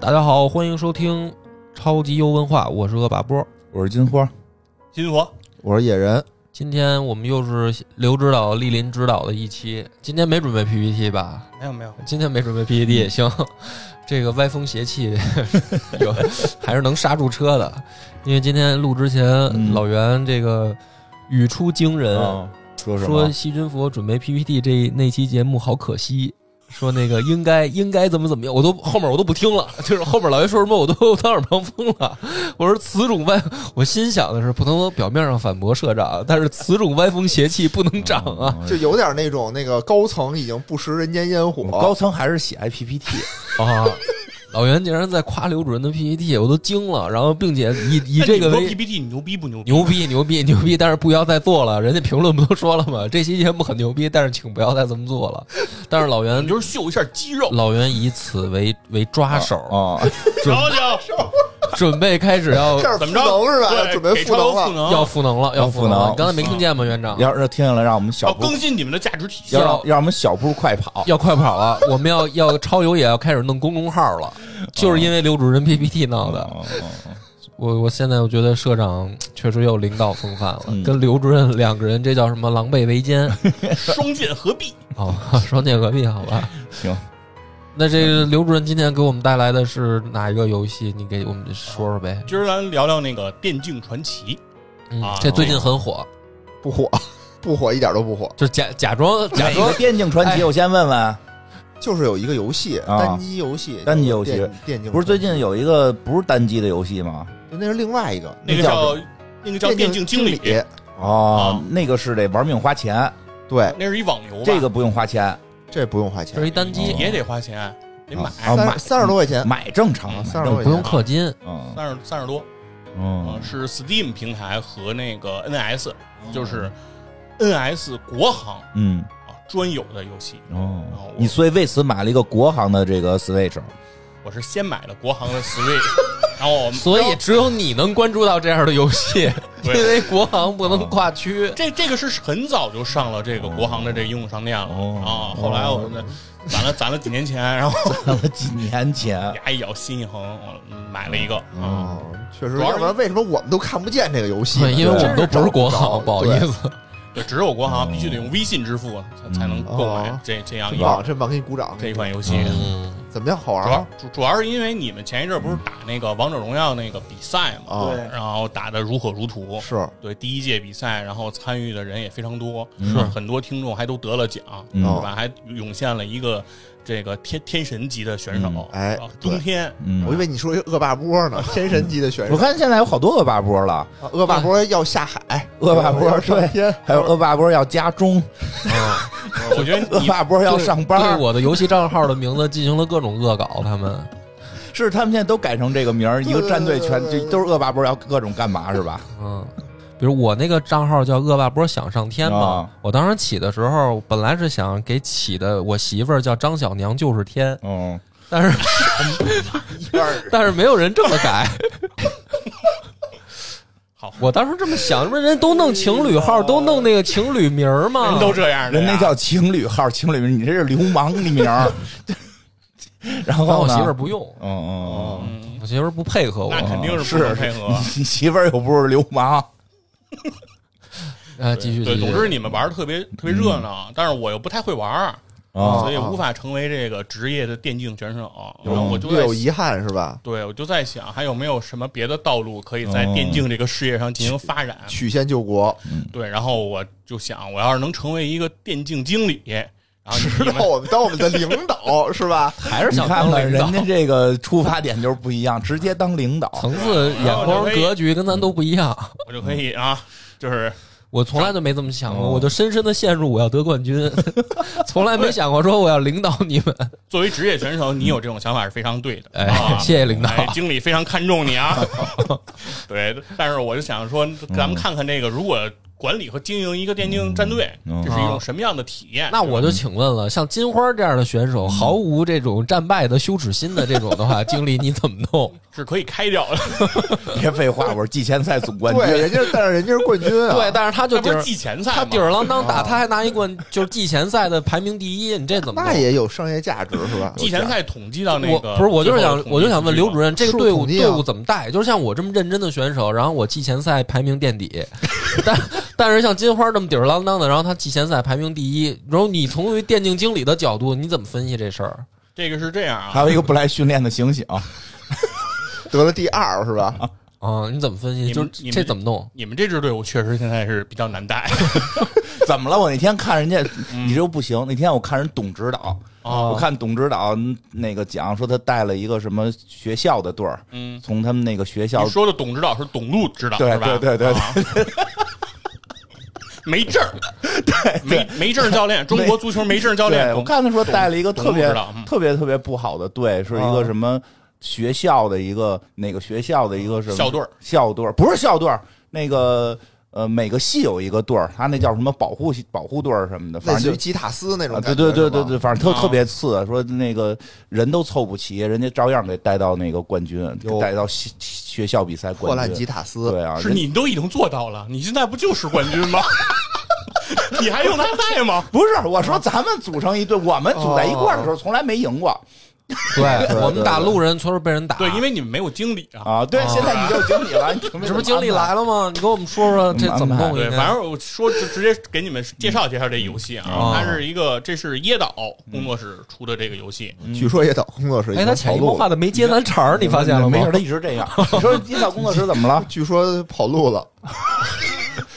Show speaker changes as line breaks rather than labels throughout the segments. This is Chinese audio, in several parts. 大家好，欢迎收听超级优文化，我是恶把波。
我是金花，
金佛
我是野人，
今天我们又是刘指导、莅临指导的一期。今天没准备 PPT 吧？
没有没有，
今天没准备 PPT 也行。 这个歪风邪气， 有还是能刹住车的。因为今天录之前，
嗯
老袁这个语出惊人，
啊，说什
说
么？
细菌佛准备 PPT 这那期节目好可惜，说那个应该应该怎么怎么样，我都后面我都不听了，就是后面老爷说什么我都 当耳旁风了。我说此种歪，我心想的是不能表面上反驳社长，但是此种歪风邪气不能长啊。
嗯
就有点那种那个高层已经不食人间烟火，
高层还是喜爱 PPT，
啊！老袁竟然在夸刘主任的 PPT，我都惊了。然后，并且以以
那
这个
你说
为
PPT 你牛逼不牛逼？
牛逼牛逼牛逼，但是不要再做了。人家评论不都说了吗？这期节目很牛逼，但是请不要再这么做了。但是老袁
你就是秀一下肌肉，
老袁以此为为抓手，
啊，
瞧瞧，
准备开始要
开始
怎
赋
么
能
着？
是吧？
对
准备
给
赋
超能
能
赋
了，
能，
要赋能了，
要
赋
赋
了。
能
你刚才没听见吗，园长？
要是听下来，让我们小
要
步
哦更，新你们的价值体系
要。让让我们哦小步快跑，
要快跑了，我们要要超游也要开始弄公众号
哦
了，就是因为刘主任 PPT 闹的。
嗯，嗯嗯
我我现在我觉得社长确实有领导风范了，
嗯
跟刘主任两个人这叫什么狼狈为 奸
双剑合璧，
哦，双剑合璧好吧？
行，
那这个刘主任今天给我们带来的是哪一个游戏？你给我们说说呗。
今儿咱聊聊那个《电竞传奇
嗯
啊，
这最近很火，
不火， 不火，一点都不火。
就是假假装假
哪
装
个电竞哎传奇？我先问啊问，
就是有一个游戏，
啊
单机游戏，
单机游戏
电电竞
不是最近有一个不是单机的游戏吗？
那是另外一个》，
那个叫那个叫《电竞经理》，
理，
哦
啊，
那个是得玩命花钱，
对，
那是一网游吧？哦
这个不用花钱，
这不用花
这是
钱，
一单机，
也得花钱，得买
啊
三
买
十三十多块钱，
买正常，
嗯
买
三十
正常
多块
不用
钱，
氪金。
嗯
三十三十多，
嗯
嗯，，是 Steam 平台和那个 NS，就是
嗯
NS 国行
嗯
啊专有的游戏。然
哦
后，我
你所以为此买了一个国行的这个 Switch，
我是先买的国行的 Switch，然后我
所以只有你能关注到这样的游戏，因
对哦
为国行不能跨区。
这这个是很早就上了这个国行的这个应用商店了
哦
啊。后来我呢攒了攒了几年钱，然后
几年前
牙一咬心一横，我买了一个啊。
哦，确实，
主要
要
是
不然为什么我们都看不见这个游戏呢？
对，因为我们都不是国行，不好意
思。
思。
对，只有国行必须得用微信支付啊才才能购买
哦
这这样一
真棒，
个
真棒，给你鼓掌。
这一款游戏。
嗯，
怎么样？好玩
主要
吗？
主主要是因为你们前一阵不是打那个王者荣耀那个比赛嘛，
啊，
然后打的如火如荼。
是
对第一届比赛，然后参与的人也非常多，
是
很多听众还都得了奖，
嗯
是吧？还涌现了一个这个天天神级的选手，
嗯
哎
啊冬天
嗯
我以为你说恶霸波
嗯
呢，天神级的选手
我。看现在有好多恶霸波了，
啊恶霸波要下海，
恶霸波
要上天，
还有恶霸波要加钟，
我觉得
恶
你
霸波要上班
对，我的游戏账号的名字进行了各种恶搞，他们
是他们现在都改成这个名儿，一
对
个战队全
对对
就
对
都是恶霸波要各种干嘛是吧？
嗯。比如我那个账号叫“恶霸波想上天”嘛
啊，
我当时起的时候，本来是想给起的我媳妇儿叫张小娘就是天，
嗯，
但是
一边儿
但是没有人这么改。
好，
我当时这么想，不是人都弄情侣号，都弄那个情侣名儿嘛，
人都这样的
人
呀，
那叫情侣号，情侣名，你这是流氓的 名儿。然
然后
后
我
呢
媳妇儿，不用，
嗯
哦
嗯嗯，
嗯，
我媳妇儿不配合我
那，肯定是不
是
能 配合。啊
哦
你媳妇儿又不是流氓，
哎，继续，
对，
继续
总之你们玩的特别特别热闹，但是我又不太会玩儿，
啊
哦
所以无法成为这个职业的电竞选手。然后
嗯
我就
略
在
有遗憾是吧？
对，我就在想，还有没有什么别的道路可以在电竞这个事业上进行发展？
曲线救 国，
对，然后我就想，我要是能成为一个电竞经理，然后
知
你
道
们
我们当我们的领导是吧？
还是
你
想
看
当
看
领导嗯
人家这个出发点就是不一样，直接当领导。
层次、
哦
眼光、格局跟咱都不一样。
我就可以啊，就是
我从来就没这么想过，
哦
我就深深的陷入我要得冠军， 从来没想过说我要领导你们。
作为职业选手，你有这种想法是非常对的。
哎
啊、
谢谢领导
哎经 理
嗯
非常看重你啊。对，但是我就想说，咱们看看这个，如果管理和经营一个电竞战队，
嗯
这是一种什么样的体验？
那我就请问了，像金花这样的选手，毫无这种战败的羞耻心的这种的话，经理你怎么弄？
是可以开掉的，
别废话，我是季前赛总 冠军。
对，人家但是人家是冠军 啊，
对，但是他就
那
顶
不
儿
是季前赛
他
吗？
吊儿郎当打，他还拿一冠，就是季前赛的排名第一，你这怎么弄？
那也有商业价值是吧？
季前赛统计到那
我
个
不是，我就是想
最后的统，计
我就想问刘主任，这个
是
队伍
统计啊
队伍怎么带？就是像我这么认真的选手，然后我季前赛排名垫底，但但是像金花这么吊儿郎当的，然后他季前赛排名第一，然后你从于电竞经理的角度，你怎么分析这事儿？
这个是这样
还
啊，
有一个不来训练的醒 醒，
得了第二是吧？
啊，你怎么分析？
你
就
们
是
你们
这怎么弄？
你们这支队伍确实现在是比较 难带
怎么了？我那天看人家，
嗯
你这又不行。那天我看人董指导，我
哦，
看董指导那个讲说他带了一个什么学校的队儿，
嗯，
从他们那个学校
你说的董指导是董路指导
对
是吧？哦
对对对
对，没证 儿，没没证儿教练，中国足球没证儿教练，
对，我看他说带了一个特别
董事长嗯
特别特别不好的队，是一
哦
个什么学校的一个哪个学校的一个什么
校队儿
校队儿不是校队儿那个呃每个系有一个队儿，他那叫什么保护系保护队儿什么的，反
类似
正
于
就。
吉塔斯那种
啊，
感觉
对对对对
是吧
对，反正特
啊
特别次，说那个人都凑不齐，人家照样给带到那个冠军，
哟
带到系学校比赛冠军。
霍乱吉塔斯，
对
嗯
啊，
是
人
你都已经做到了，你现在不就是冠军吗？ 你还用他带吗？
不是我说咱们组成一队，我们组在一块儿的时候从来没赢过
对我们打
对
路人，全是被人打。
对，因为你们没有经理啊。
啊。对，
啊
现在你 就是经理了，你
你这不经理来
了？
了吗？你给我们说说这怎么弄？
对，
应该
反正我说就直接给你们介绍介绍这游戏
嗯
啊，它是一个这是椰岛
嗯
工作室出的这个游戏，
据说也岛工作室已
哎，
经
他潜移
跑
默
路
化
了，
的没接咱茬儿，你发现了吗
没？事，他一直这 样。你说一到工作室怎么 了？
据说跑路了。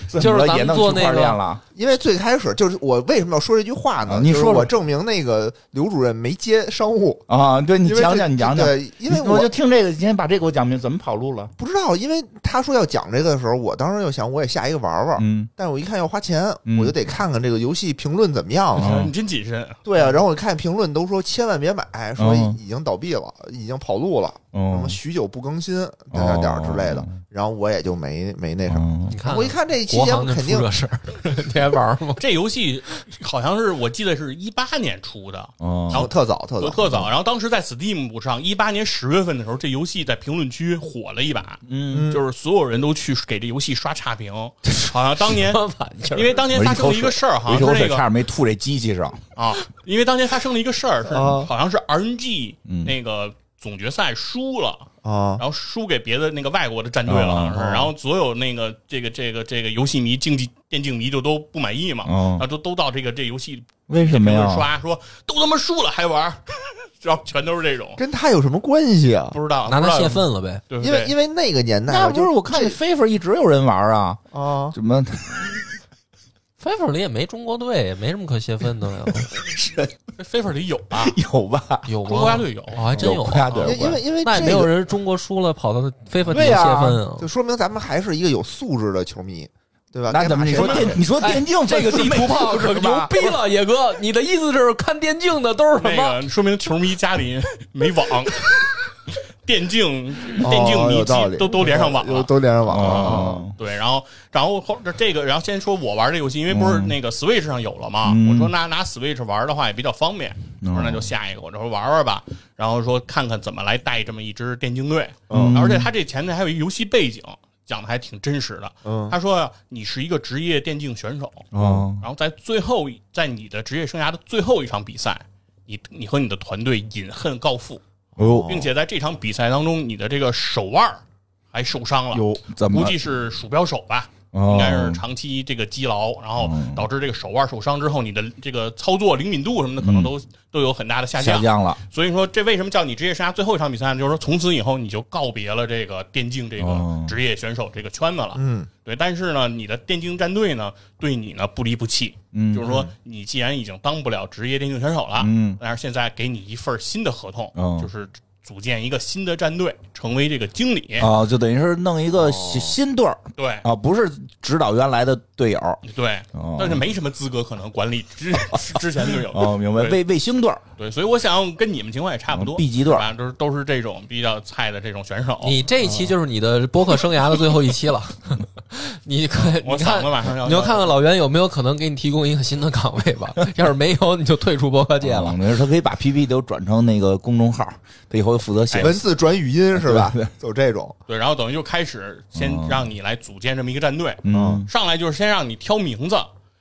怎
就
么
是
了
咱们
也弄
做
区
那
块
个
链了？
因为最开始就是我为什么要说这句话呢
啊？你
就是
说说
我证明那个刘主任没接商务，
啊，对你
因为
讲
这
讲，你讲讲。
对，因为
我就听这个，今天把这给我讲明，怎么跑路了？
不知道，因为他说要讲这个的时候，我当时就想我也下一个玩玩，
嗯，
但是我一看要花钱，
嗯
我就得看看这个游戏评论怎么样了。
嗯
你真谨慎。
对啊，然后我看评论都说千万别买，说
嗯
已经倒闭了，已经跑路了，什
哦
么许久不更新，点点点儿之类的。然后我也就没没那什么。
么
你看看，
我一看这期
国
节目
行就
肯
出
定
这事 儿，你还玩吗？
这游戏好像是我记得是一八年出的，
哦，
特特早特
有
早，
特早。然后当时在 Steam 上，一八年十月份的时候，这游戏在评论区火了一把，
嗯
就是所有人都去给这游戏刷 差评。好像当 年
什么玩意儿
因为当年发生了一个事儿，好
我一口
像是那
水差
个
点没吐这机器 上。
啊，因为当年发生了一个事儿，是
啊
好像是 RNG
嗯
那个总决赛输了。
啊
然后输给别的那个外国的战队了，好像是。
哦
然后所有那个这个这个这个游戏迷、竞技电竞迷就都不满意嘛，
哦
然后都都到这个这游戏
为什
评
么
论
呀？
刷说都他妈输了还玩儿， 然后全都是这种，
跟他有什么关系啊？
不知道
拿
不知
他
道
泄愤了呗。
对不
因为
对
因为那个年代啊，
那不是
就
我看你飞飞一直有人玩啊，
啊，
怎么
FIFA 里也没中国队，也没什么可泄愤的了，
这 FIFA 里有 啊，
有吧？
有吗？
中国家队有
哦，还真有
国家
啊。
队
因因为因为
那也
这
没
个
有人中国输了跑到 FIFA 底下
对呀
泄愤啊
就。说明咱们还是一个有素质的球迷，对吧？
那怎么
该
你
把
说
谁买
电你说电竞
这个地图炮 可
是
牛
吧？
逼了，野哥！你的意思是看电竞的都是什么？
那个说明球迷家里没网， 电竞
哦
电竞迷
有道理
都都连上网
有
了。
都连上网
啊
了。嗯
哦，
对，然后，然后后这个，然后先说我玩这游戏，因为不是
嗯
那个 Switch 上有了嘛，
嗯
我说拿拿 Switch 玩的话也比较方便，
嗯
我说那就下一个，我就说玩玩吧，然后说看看怎么来带这么一支电竞队，
嗯
而且他这前头还有一游戏背景，讲的还挺真实的，
嗯
他说啊你是一个职业电竞选手，
哦
然后在最后一在你的职业生涯的最后一场比赛，你你和你的团队饮恨告负，
哦
并且在这场比赛当中，你的这个手腕儿还受伤了，
有怎么
估计是鼠标手吧。
哦
应该是长期这个积劳，然后导致这个手腕受伤之后，你的这个操作灵敏度什么的可能都、都有很大的下
嗯
降。
下降了？
所以说，这为什么叫你职业生涯最后一场比赛呢？就是说，从此以后你就告别了这个电竞这
哦
个职业选手这个圈子了。
嗯，
对，但是呢，你的电竞战队呢，对你呢不离不弃，
嗯
就是说，你既然已经当不了职业电竞选手了，
嗯
但是现在给你一份新的合同，
哦
就是组建一个新的战队，成为这个经理。
啊，就等于是弄一
哦
个新新队儿
对
啊，不是指导原来的队友
对，
哦
但是没什么资格可能管理 之之前队友。
哦，明白？
对
卫卫星队儿
对，所以我想跟你们情况也差不多。
嗯，B 级队儿
反正都是都是这种比较菜的这种选手。
你这一期就是你的播客生涯的最后一期了， 你看，
我
你
嗓
看
子，马上要
你就看看老袁有没有可能给你提供一个新的岗位吧。 要是没有，你就退出播客界了。
嗯没事，他可以把 PPT 都转成那个公众号，他以后负责写。
文字转语音是吧？走这种，
哎对，然后等于就开始先
嗯
让你来组建这么一个战队，
嗯，
上来就是先让你挑名字。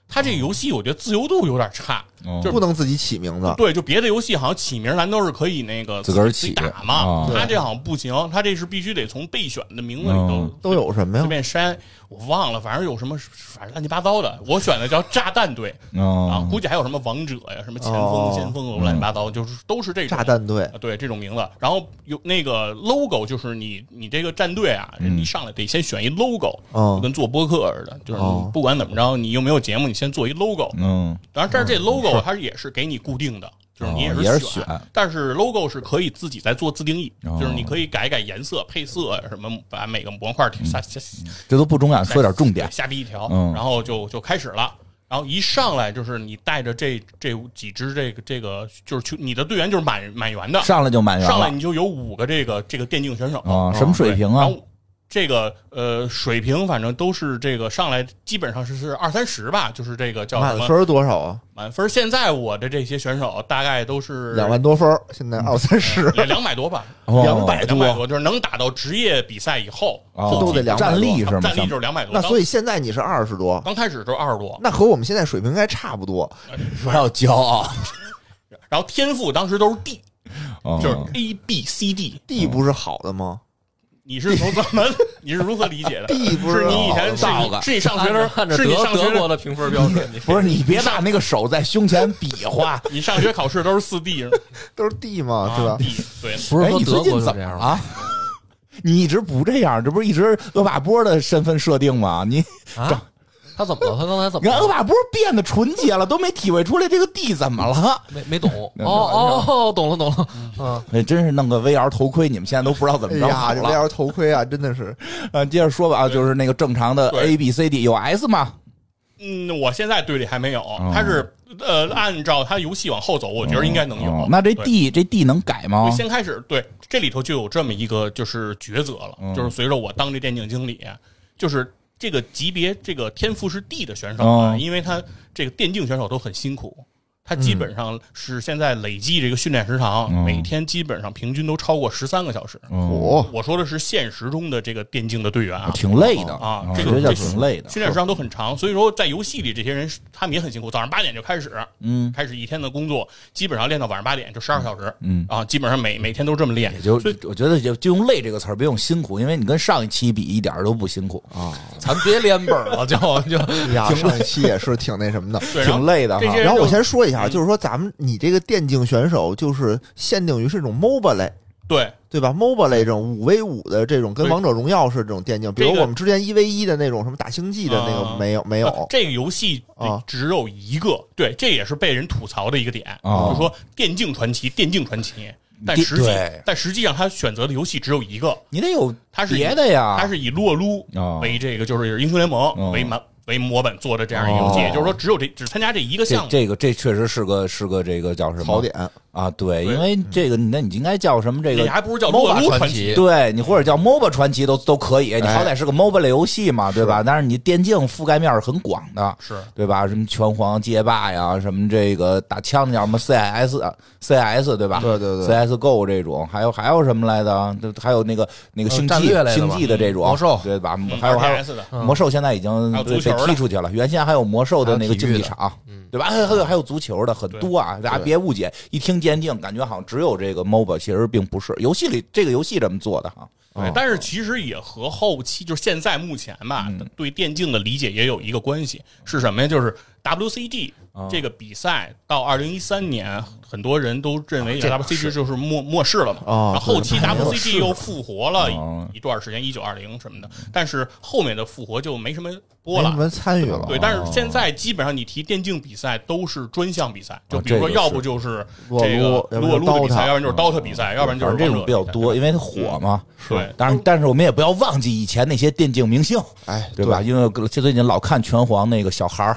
它这个游戏我觉得自由度有点差，
哦
嗯就是
不能自己起名字。
对，就别的游戏好像起名咱都是可以那个
自个儿
自己
起
打
啊
嘛，他这好像不行，他这是必须得从备选的名字里头
嗯
都有什么
随
呀？
便删，我忘了，反正有什么反正乱七八糟的，我选的叫炸弹队啊
哦，，
估计还有什么王者呀、什么前
哦
锋、先锋，乱七八糟，就是都是这种
炸弹队
啊，对这种名字。然后有那个 logo，就是你你这个战队啊，
嗯
人一上来得先选一 logo，
嗯
就跟做播客似的，就是
哦
你不管怎么着，你有没有节目，你先做一 logo。
嗯，
当然，但是这 logo 它也是给你固定的，就是你
哦也是
是
选
但是 logo 是可以自己再做自定义，
哦
就是你可以改改颜色、配色什么，把每个模块下下
这都不重要，嗯说点重点
对。瞎逼一条，
嗯
然后就就开始了。然后一上来就是你带着这这几支这个这个就是去你的队员就是满满员的，
上来就满员
上来
了
你就有五个这个这个电竞选手，嗯
啊！什么水平啊
然？后这个呃水平反正都是这个上来基本上是是二三十吧，就是这个叫什
满
么
分多少啊？
满分。现在我的这些选手大概都是嗯
两万多分儿，现在二三十，
两百多吧，
哦
200
两百多就是能打到职业比赛以后啊
哦
都得200
战力是吗？
战力就是两百多。
那所
以
以现在你是二十多，
刚开始就是二十多，
那和我们现在水平应该差不多。
不要骄傲，
然后天赋当时都是 D，
哦
就是 A B C D。
D 不是好的吗？
你是从怎么？你是如何理解的？
D 不
是你以
好的
前是
吗
你是你上学的时
看着
候，是
德
你上学
德
的
国的评分标 准，你
不是你别把那个手在胸前比划。
你上学考试都是四 D 是吗
都是 D 嘛，
啊
是吧？
？D 对，
不
哎，
是说
你最
德国
近
就
怎
这
么
样
了
吗？
啊？ 你一直不这样，这不是一直恶霸波的身份设定吗？你
啊，他怎么了？他刚才怎
你
么
看
了？
恶霸波变得纯洁了，都没体会出来这个地怎么了。
没没 懂？哦哦哦，懂了懂了。
哎，真是弄个 VR 头盔，你们现在都不知道怎
哎
么着
呀，
好
这
了。
VR 头盔啊，真的是
呃，接着说吧啊，就是那个正常的
对
A B C D 有 S 吗？
嗯，我现在队里还没有，他是呃，按照他游戏往后走，我觉得应该能有
哦。那这
对
D 这 D 能改吗
对，？先开始对这里头就有这么一个就是抉择了，
嗯
就是随着我当这电竞经理，就是这个级别这个天赋是 D 的选手啊，
哦
因为他这个电竞选手都很辛苦。他基本上是现在累计这个训练时长，
嗯
每天基本上平均都超过十三个小时。
哦，
火，
我说的是现实中的这个电竞的队员啊，
挺累的
啊
我
这
觉
个
得叫
这
挺累的。
训练时长都很长，所以说在游戏里这些人他们也很辛苦，早上八点就开始，
嗯
开始一天的工作，基本上练到晚上八点，就十二小时，
嗯，
啊，基本上每每天都这么练
也，就
所以
我觉得就就用累这个词儿，别用辛苦，因为你跟上一期比一点儿都不辛苦啊，
咱别连本了，就就
哎呀，上一期也是挺那什么的。
对，然
挺
后
累的
这
哈
些。人
然后我
就
先说一下啊，
嗯
就是说咱们你这个电竞选手就是限定于是一种 MOBA 类，
对
对吧？MOBA 类这种五 v 五的这种，跟
对
王者荣耀是这种电竞，比如
这个
我们之前一 v 一的那种什么打星际的那个
啊
没有没有，
这个游戏
啊
只有一个，对，这也是被人吐槽的一个点，
哦
就说电竞传奇，啊电竞传奇，但
电
实际
对
但实际上他选择的游戏只有一个，
你得有
他是
别的呀，
他是以撸啊啊撸
哦
为这个就是英雄联
哦
盟为满为模本做的这样一个游戏，
哦
也就是说只有这只参加这一个
这
项目，
这个这确实是个是个这个叫什么
槽点
啊？对，
对
因为这个那你应该叫什么这
这
个
还不如叫撸啊
MOBA
撸
传
奇
奇，
对你或
嗯
者叫 MOBA 传奇都都可以，你
哎
好歹是个 MOBA 类游戏嘛，对吧？但是你电竞覆盖面是很广的，
是
对吧？什么拳皇、街霸呀，什么这个打枪的叫什么 CS、CS 对吧？
对对对
CSGO 这种，还有还有什么来的？这还有那个那个
呃
星
战
际
略类的
星
吧
际的这种
魔兽
对吧？
嗯
还有还有
RTS 的
嗯
魔兽现在已经
还有
被
足球的
踢出去了，原先还有魔兽的那个竞技场，对吧？还有还有还有足球的很多啊，大家别误解，一听电竞感觉好像只有这个 MOBA，其实并不是，游戏里这个游戏这么做的哈。嗯
对，但是其实也和后期就是现在目前吧，对电竞的理解也有一个关系，是什么呀？就是 WCG 这个比赛到二零一三年，很多人都认为啊 WCG 就是末末世了嘛，
哦
然后后期
对末世
WCG 又复活了
哦
一段时间，一九二零什么的，但是后面的复活就没什么
没
播
什
了。
么参与了，
对，但是现在基本上你提电竞比赛都是专项比赛，就比如
这
说
个
要
是
不就是
撸啊
这个撸啊
撸
撸的比赛，要不
要
然就是 DOTA 比赛，要不然就是
反正这
王
种
者
比较
赛
多，因为它火嘛。
对
当然，但是我们也不要忘记以前那些电竞明星，
哎，
对吧？？因为我最近老看拳皇那个小孩儿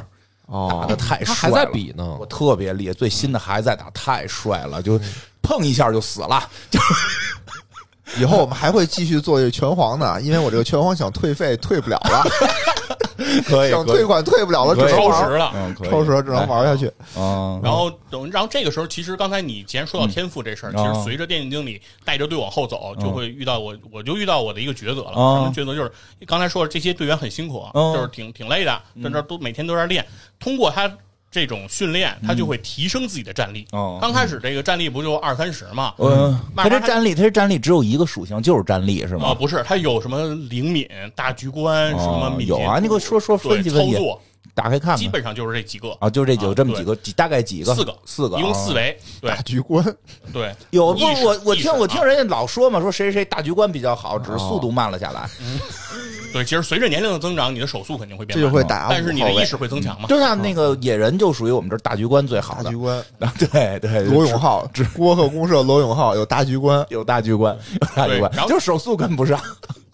打
哦，
的太
他还
帅了，
在比呢
我。特别厉害，最新的还在打，太帅了，就碰一下就死了，就
以后我们还会继续做这拳皇的，因为我这个拳皇想退费退不了 了，
可以
想退款退不了了，只能
超
玩
时
儿，
了。
嗯，可以
超时了只能玩下去。
嗯，
然后等，然后这个时候，其实刚才你既然说到天赋这事儿，
嗯
其
哦嗯
实随着电影经理带着队往后走，就会遇到我，我就遇到我的一个抉择了。
哦
什么抉择？就是刚才说的这些队员很辛苦啊，
哦嗯
就是挺挺累的，在这儿都每天都在练。通过他这种训练，他就会提升自己的战力。
嗯哦
刚开始这个战力不就二三十嘛？
嗯，他
慢慢
这
他
战力，他这战力只有一个属性，就是战力是
啊，
吗？
不是，他有什么灵敏、大局观，什么
哦
敏捷
有啊
度
你给我说说
对
分析分
操
析
作，
打开看
基
看
本上就是这几个
啊，就这几个，
啊
这么
对
几个，几大概几个？
四个，
四个，
一共
啊
四维。对
大局观，
对，
有不
意识？
我我
意
听
识
我
啊
听人家老说嘛，说谁谁谁大局观比较好，
哦
只是速度慢了下来。
对，其实随着年龄的增长，你的手速肯定会变
这
慢，
就会打
但是你的
五号位
意识会增强嘛？
就像那个野人就属于我们这儿大局观最好
大
的
局，观。
啊 对对，
罗永浩，郭鹤公社罗永浩有大局观，
有大局观，有大局观
对然，后
就是手速跟不上。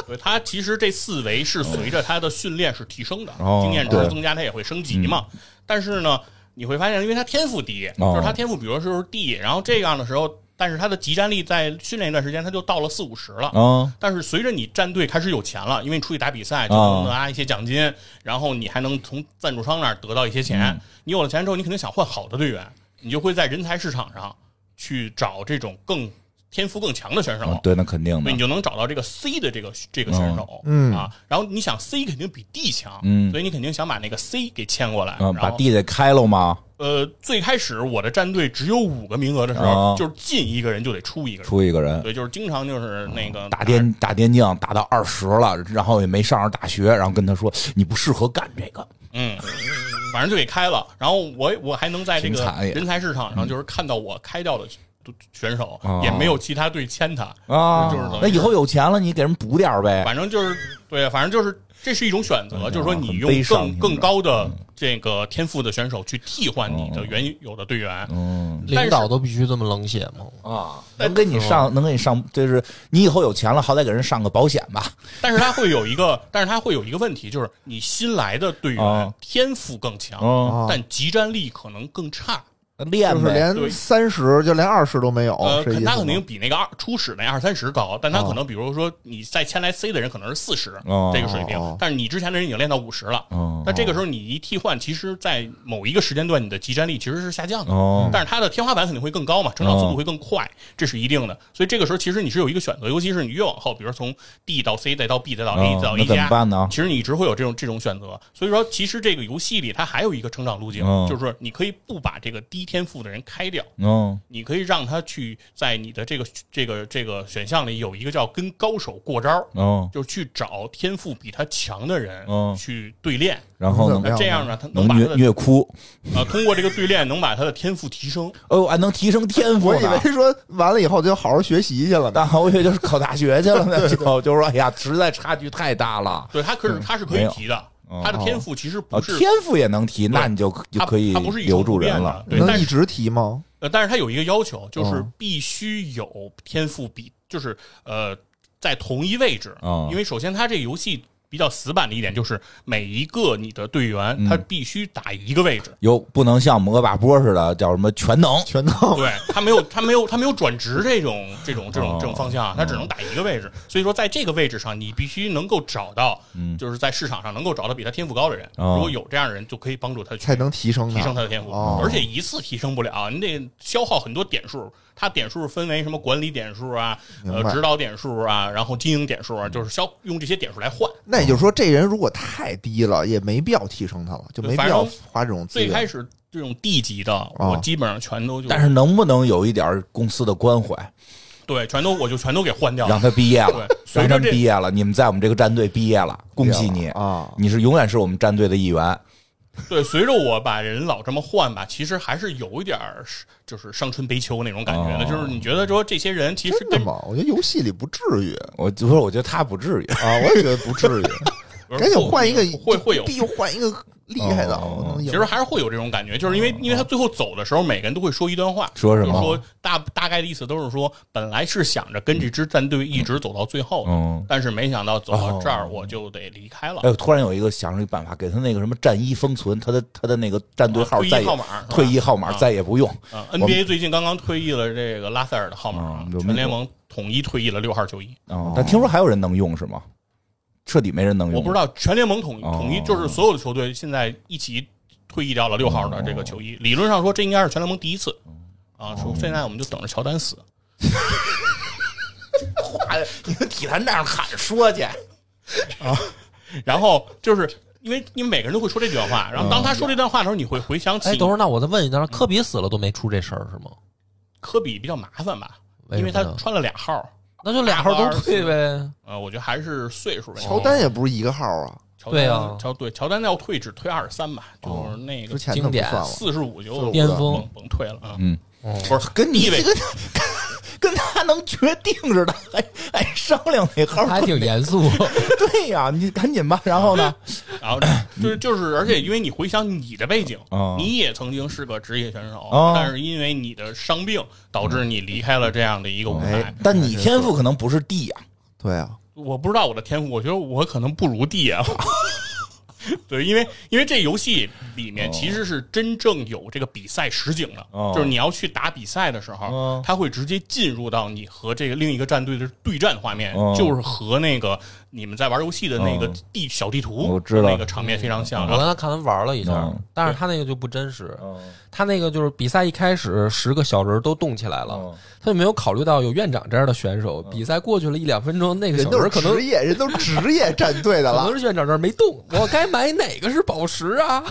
对，它其实这四维是随着它的训练是提升的，
哦
经验值
对嗯
增加，它也会升级嘛。但是呢，你会发现，因为它天赋低，
哦
就是它天赋，比如说就是 D，然后这样的时候，但是它的集战力在训练一段时间，它就到了四五十了。
嗯，
但是随着你战队开始有钱了，因为你出去打比赛就
哦
能拿一些奖金，然后你还能从赞助商那儿得到一些钱。
嗯
你有了钱之后，你肯定想换好的队员，你就会在人才市场上去找这种更天赋更强的选手。
嗯对，那肯定的
对，你。就能找到这个 C 的这个这个选手，
嗯
啊，然后你想 C 肯定比 D 强，
嗯
所以你肯定想把那个 C 给签过来，
嗯，
然
把
后
地得开了吗？
呃，最开始我的战队只有五个名额的时候，
哦
就是进一个人就得出一个人，
出一个人，
对，就是经常就是那个
打电打电竞打到二十了，然后也没上上大学，然后跟他说你不适合干这个。
嗯，反正就给开了。然后我我还能在这
挺
个
惨也嗯
人才市场上，就是看到我开掉的选手，
哦
也没有其他队签他。
啊
就是哎等于
那以后有钱了，你给人补点儿呗。
反正就是对，反正就是这是一种选择，就是说你
哎很
用
悲伤
更
听着
更高的
嗯
这个天赋的选手去替换你
哦
的原有的队员。
嗯
但
领
是
导都必须这么冷血吗？
啊，能给你上，能给你上，就是你以后有钱了，好歹给人上个保险吧。
但是他会有一个，但是他会有一个问题，就是你新来的队员
哦
天赋更强，
嗯，
啊，
但集战力可能更差。
练
就是
呗。
对
连三十就连二十都没有
哦
呃，，
是意思
他
吗
肯定比那个二初始那二三十高，但他
哦
可能比如说你再签来 C 的人可能是四十
哦
这个水平
哦，
但是你之前的人已经练到五十了。
嗯
那这个时候你一替换，其实，在某一个时间段，你的集战力其实是下降的。
哦
但是它的天花板肯定会更高嘛，成长速度会更快，这是一定的。所以这个时候其实你是有一个选择，尤其是你越往后，比如从 D 到 C 再到 B 再到 A
哦
再到
那
E
怎么
加，
办呢？
其实你一直会有这种这种选择。所以说，其实这个游戏里它还有一个成长路径，
嗯
就是说你可以不把这个低天赋的人开掉，
嗯，
你可以让他去在你的这个这个这个选项里有一个叫跟高手过招。
哦，
就是去找天赋比他强的人
嗯
去对练，
然后
怎
呢？
那
么样
这
呢
样呢，他
能
能把他
虐
的
虐哭，
呃通过这个对练能把他的天赋提升。
哦，还能提升天赋
我以
呢。
为说完了以后就好好学习去了呢。
大我也就是考大学去了，那就就是说，哎呀，实在差距太大了。
对他可是他是可
没
以
有
提的
哦，
他的天赋其实不
哦，
是
天赋也能提，那你就就
他
可以
他不是一成
留住
不变
人
的
了。
对，
能
但
一
是
直提吗？
呃，但是他有一个要求，就
嗯
是
哦
必须有天赋比，就是呃，在同一位置
哦，
因为首先他这个游戏。比较死板的一点就是，每一个你的队员
嗯
他必须打一个位置，
有不能像摩把波似的，叫什么全能
全能
对他没有他没有他没有转职这种这种这种
哦
这种方向啊，他只能打一个位置。所以说，在这个位置上，你必须能够找到，就是在市场上能够找到比他天赋高的人。
嗯哦
如果有这样的人，就可以帮助他去
才能提升呢
提升他的天赋，
哦
而且一次提升不了，啊你得消耗很多点数。它点数分为什么管理点数啊、呃
明白
指导点数啊，然后经营点
嗯
数啊，就是消用这些点数来换。
那也就是说，这人如果太低了，也没必要提升他了，就没必要
反正
花这种资
最
源。
开始这种 D 级的，
哦
我基本上全都就
但是能不能有一点公司的关怀，
对，全都我就全都给换掉
让
了。
他毕业了
对，随
让他
着
们
这
毕业了，你们在我们这个战队毕业了，恭喜你
啊
你是永远是我们战队的一员。
对，随着我把人老这么换吧，其实还是有一点儿是就是伤春悲秋那种感觉的，
哦
就是你觉得说这些人其实
真的
跟
吗？我觉得游戏里不至于啊
我就说，我觉得他不至于，
啊，我也觉得不至于。赶紧换一个，
会会有
必换一个厉害的，啊
哦
我能赢
其实还是会有这种感觉，就是因为因为他最后走的时候，每个人都会说一段话，
说什
就是
么
说大大概的意思都是说，本来是想着跟这支战队一直走到最后
嗯
的，
哦
但是没想到走到这儿我就得离开了。
哎，我突然有一个想出一办法，给他那个什么战衣封存，他的他的那个战队号
啊退役
再也
号码
退役号码
啊
再也不用。
啊
我们
，NBA 最近刚刚退役了这个拉塞尔的号码啊
嗯，有没有
全联盟统一退役了六号球衣。
哦但听说还有人能用是吗？彻底没人能用，
我不知道全联盟统一
哦
统一就是所有的球队现在一起退役掉了六号的这个球衣。理论上说，这应该是全联盟第一次啊。说现在我们就等着乔丹死。
话，你跟体坛站上喊说去。
啊然后就是因为因为每个人都会说这句话，然后当他说这段话的时候，你会回想起
哎，等会儿，那我再问一下，科比死了都没出这事儿是吗？
科比比较麻烦吧，
为什
因
么
为
呢
他穿了俩号。
那就俩号都退呗。
呃，我觉得还是岁数问题。
乔丹也不是一个号啊，
乔
对
丹
啊，哦
乔对乔丹要退只退二十三吧，就是那
之
个
前的不算了。
四十五就
45
巅峰
甭甭退了啊。
嗯，
不是
跟你
以为
这个 跟他能决定似的，还还商量那号
还
儿。
挺严肃，
对呀、你赶紧吧。然后呢？
然后就是就是，而且因为你回想你的背景
哦，
你也曾经是个职业选手
哦，
但是因为你的伤病导致你离开了这样的一个舞台
哎。
但你天赋可能不是 D 呀、
对啊，
我不知道我的天赋，我觉得我可能不 如地啊。对，因为因为这游戏里面其实是真正有这个比赛实景的，
哦
就是你要去打比赛的时候，
哦
它会直接进入到你和这个另一个战队的对战画面，
哦
就是和那个你们在玩游戏的那个
哦
地、小地图，
我知道哦
那个场面非常像。
我刚才看他玩了一下
嗯，
但是他那个就不真实，
嗯
他那个就是比赛一开始十个小人都动起来了，
嗯
他就没有考虑到有院长这样的选手，比赛过去了一两分钟，那个
人
小
都
人
是
可能
职业，人都是职业战队的
可
了
能。是院长这儿没动，我该买哪个是宝石啊？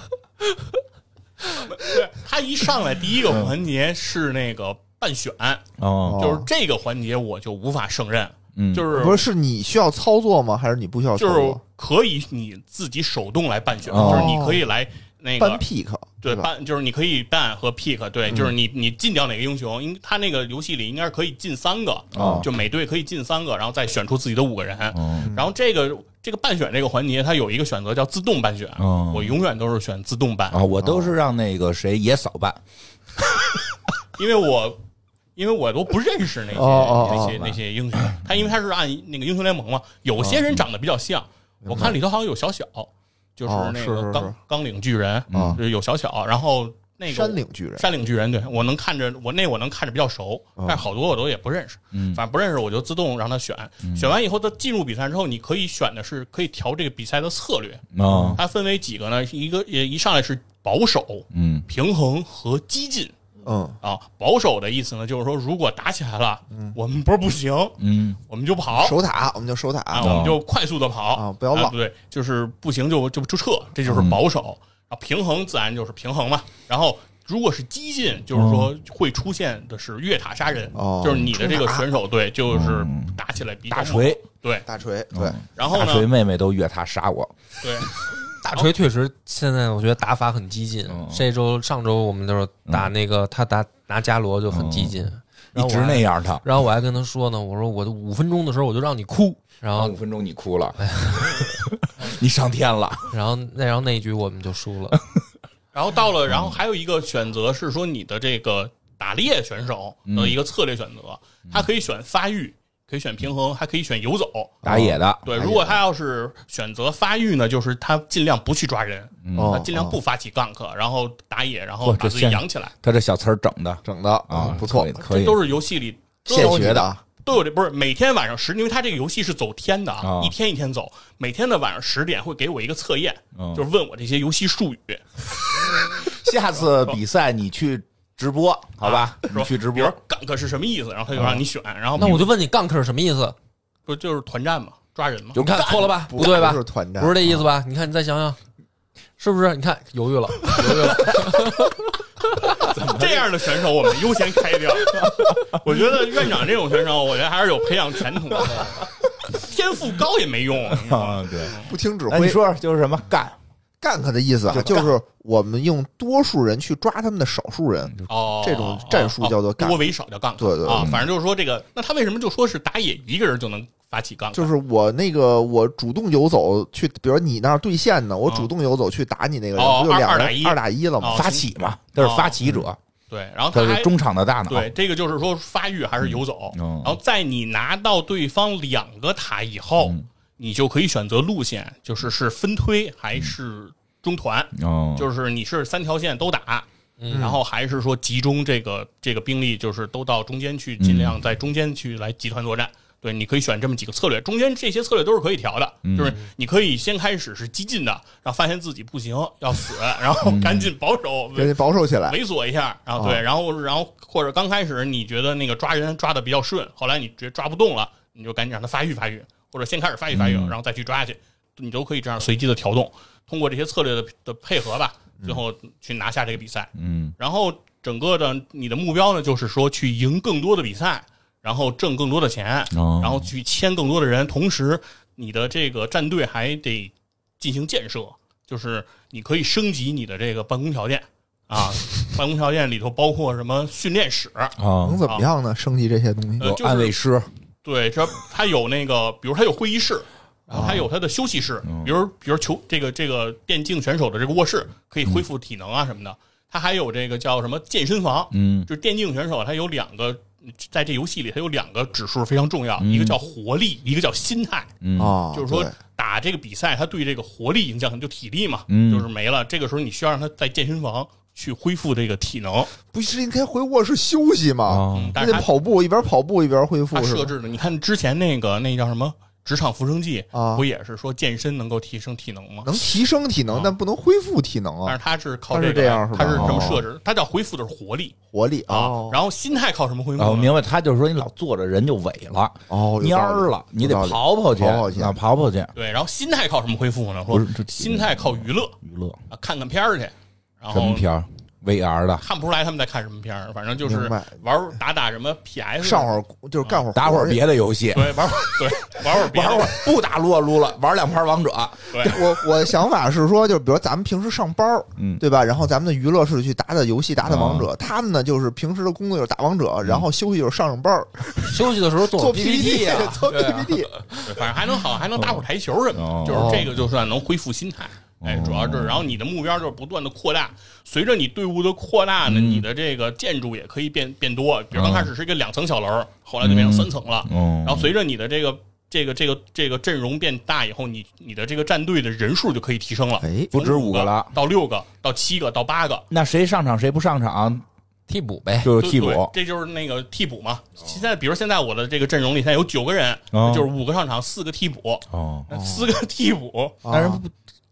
对，他一上来第一个环节是那个半选，
哦，
就是这个环节我就无法胜任，
嗯，
就是
不是是你需要操作吗？还是你不需要操
就是
作？
可以你自己手动来办选，
哦
就是你可以来那
搬
个
pick
对
吧？
办，就是你可以办和 pick，对，
嗯
就是你你进掉哪个英雄，因他那个游戏里应该是可以进三个，
哦
就每队可以进三个，然后再选出自己的五个人。
嗯
然后这个这个半选这个环节，它有一个选择叫自动半选，
哦
我永远都是选自动半，
啊，我都是让那个谁野嫂办。
因为我。因为我都不认识那些、
哦哦哦
那些
明白哦
那些英雄，他因为他是按那个英雄联盟嘛，有些
嗯
人长得比较像，我看里头好像有小小，就是
哦
那
是是
个
是
钢钢领巨人，
啊
就是有小小，然后那个
山岭巨人
山岭巨人，对我能看着我那我能看着比较熟，
哦
但是好多我都也不认识，
嗯
反正不认识我就自动让他选，选完以后他进入比赛之后，你可以选的是可以调这个比赛的策略，
哦，
它分为几个呢？一个也一上来是保守、
嗯
平衡和激进。
嗯，
啊，保守的意思呢，就是说，如果打起来了，我们不是不行，
嗯
我们就跑
守塔我们就守
啊，
塔，
我
哦
们就快速的跑
啊不要浪
啊对，就是不行就就就撤，这就是
嗯
保守。啊，平衡自然就是平衡嘛。然后如果是激进，就是
嗯
说会出现的是越塔杀人，
哦
就是你的这个
冲塔
选手对，就是打起来比
嗯
较
大锤，
对，
大锤对
嗯
然后
大锤
呢，
妹妹都越他杀我。
对。
大锤确实现在我觉得打法很激进，这周上周我们就是打那个他打拿伽罗就很激进，
嗯一
然后我
直
还
那。样他，
然后我还跟他说呢，我说我五分钟的时候我就让你哭，然后
五分钟你哭了，哎 你上天了。
然后那然后那一局我们就输了，
然后到了，然后还有一个选择是说你的这个打猎选手的一个策略选择，他可以选发育，可以选平衡，还可以选游走。
打野的，
对，如果他要是选择发育呢，就是他尽量不去抓人，他
嗯
哦，
尽量不发起 gank，然后打野，然后
嚯
把
这
自己
现
养起来。
他这小词儿整的
整的
啊
嗯，不错
可以，可以
这都是游戏里都
现
有
学的啊，
都有这不是每天晚上十，因为他这个游戏是走天的啊
啊，
一天一天走，每天的晚上十点会给我一个测验
嗯，
就是问我这些游戏术语，
下次比赛你去直播， 好吧？
说
你去直
比
播
如啊说 gank 是什么意思，然后他就让你选，然后
那我就问你 gank 是什么意思？
不就是团战嘛，抓人嘛。
你看错了吧？不对吧
不？是团战，啊
不是这意思吧？你看，你再想想，是不是？你看犹豫了，犹豫了。
这样的选手我们优先开掉。我觉得院长这种选手，我觉得还是有培养传统的，天赋高也没用。你知道吗
啊，对。
不听指
哎，你
挥。
说说就是什么干？
gank 的意思啊，
就
就是我们用多数人去抓他们的少数人，
嗯
哦，
这种战术叫做
哦
干
多为少叫杠。
对对对嗯
啊，反正就是说这个，那他为什么就说是打野一个人就能发起杠杆，
就是我那个我主动游走去，比如你那儿对线呢，我
嗯
主动游走去打你那个人，
哦
不就
二
两
二
人
打一
二打一了吗
哦？
发起嘛，他是发起者，
对，然后
他
他
是
还
中场的大脑。
啊
对这个就是说发育还是游走，
嗯
然后在你拿到对方两个塔以后，
嗯
你就可以选择路线，就是是分推还
嗯
是中团，
哦，
就是你是三条线都打，
嗯
然后还是说集中这个这个兵力，就是都到中间去，尽量在中间去来集团作战。对，你可以选这么几个策略，中间这些策略都是可以调的，就是你可以先开始是激进的，然后发现自己不行要死，然后赶紧保守，
赶紧保守起来。
猥琐一下，然后对，然后然后或者刚开始你觉得那个抓人抓的比较顺，后来你觉得抓不动了，你就赶紧让他发育发育，或者先开始发育发育，然后再去抓去，你都可以这样随机的调动，通过这些策略的的配合吧，最后去拿下这个比赛。
嗯
然后整个的你的目标呢，就是说去赢更多的比赛，然后挣更多的钱，
哦
然后去签更多的人，同时你的这个战队还得进行建设，就是你可以升级你的这个办公条件啊， 办公条件里头包括什么训练室，
啊
能，怎么样呢？升级这些东西，
嗯
啊
呃，
有
就
安慰
是
师，
对，这它有那个，比如它有会议室，然后它有它的休息室，比如比如球这个这个电竞选手的这个卧室可以恢复体能啊什么的，它还有这个叫什么健身房，
嗯
就是电竞选手他有两个，在这游戏里他有两个指数非常重要，一个叫活力，一个叫心态。
嗯
啊，
就是说
对
打这个比赛，他对这个活力影响很，就体力嘛，
嗯
就是没了。这个时候你需要让他在健身房去恢复这个体
哦
能，
不是应该回卧室休息吗？
啊
嗯，但
那
是
得
他
跑步，一边跑步一边恢复
他
是
设
吧？
置的，你看之前那个那叫什么职场扶生剂
啊
不也是说健身能够提升体能吗？
能提升体能，但不能恢复体能
啊
哦
但
啊
是，他是靠
它
这
是
个
这样
来，
是吧
他是这么设置的，他叫恢复的是活力
活力
啊
哦，
然后心态靠什么恢复
啊，我
呢？
明白，他就是说你老坐着人就萎了，
哦，有
蔫
道理
儿了，你得
有道理
跑跑去，
跑跑去
啊，跑跑去，
对，然后心态靠什么恢复呢？
不
说
是这
心态靠娱乐
娱乐
啊，看看片儿去，然
什么
后
片儿？VR 的，
看不出来他们在看什么片儿，反正就是
明白
玩儿打打什么 PS，
上会儿就是干会儿
嗯打会
活
儿别的游戏，
对玩会儿对玩会儿别
玩会
的
儿不打撸啊撸了，玩两盘王者，
对
我我的想法是说，就比如咱们平时上班儿，
嗯
对吧？然后咱们的娱乐是去打打游戏、打打
啊嗯
王者，他们呢就是平时的工作就是打王者，然后休息就是上上班儿
休息的时候做
做
PPT
PPT，
啊，
做
对啊
PPT，
对反正还能好，还能打会儿台球什
哦
么的，就是这个就算能恢复心态。哎，主要就是，然后你的目标就是不断的扩大，随着你队伍的扩大
嗯
呢，你的这个建筑也可以变变多。比如刚开始是一个两层小楼，后来就变成三层了。
哦嗯
然后随着你的这个这个这个这个阵容变大以后，你你的这个战队的人数就可以提升了，
哎
不止
从
五个了，
到六个，到七个，到八个，
那谁上场谁不上场
替补呗。
就是
对
替补
对这就是那个替补嘛。现在比如现在我的这个阵容里现在有九个人，
哦
就是五个上场，四个替补，
哦，
那四个替补
但是
啊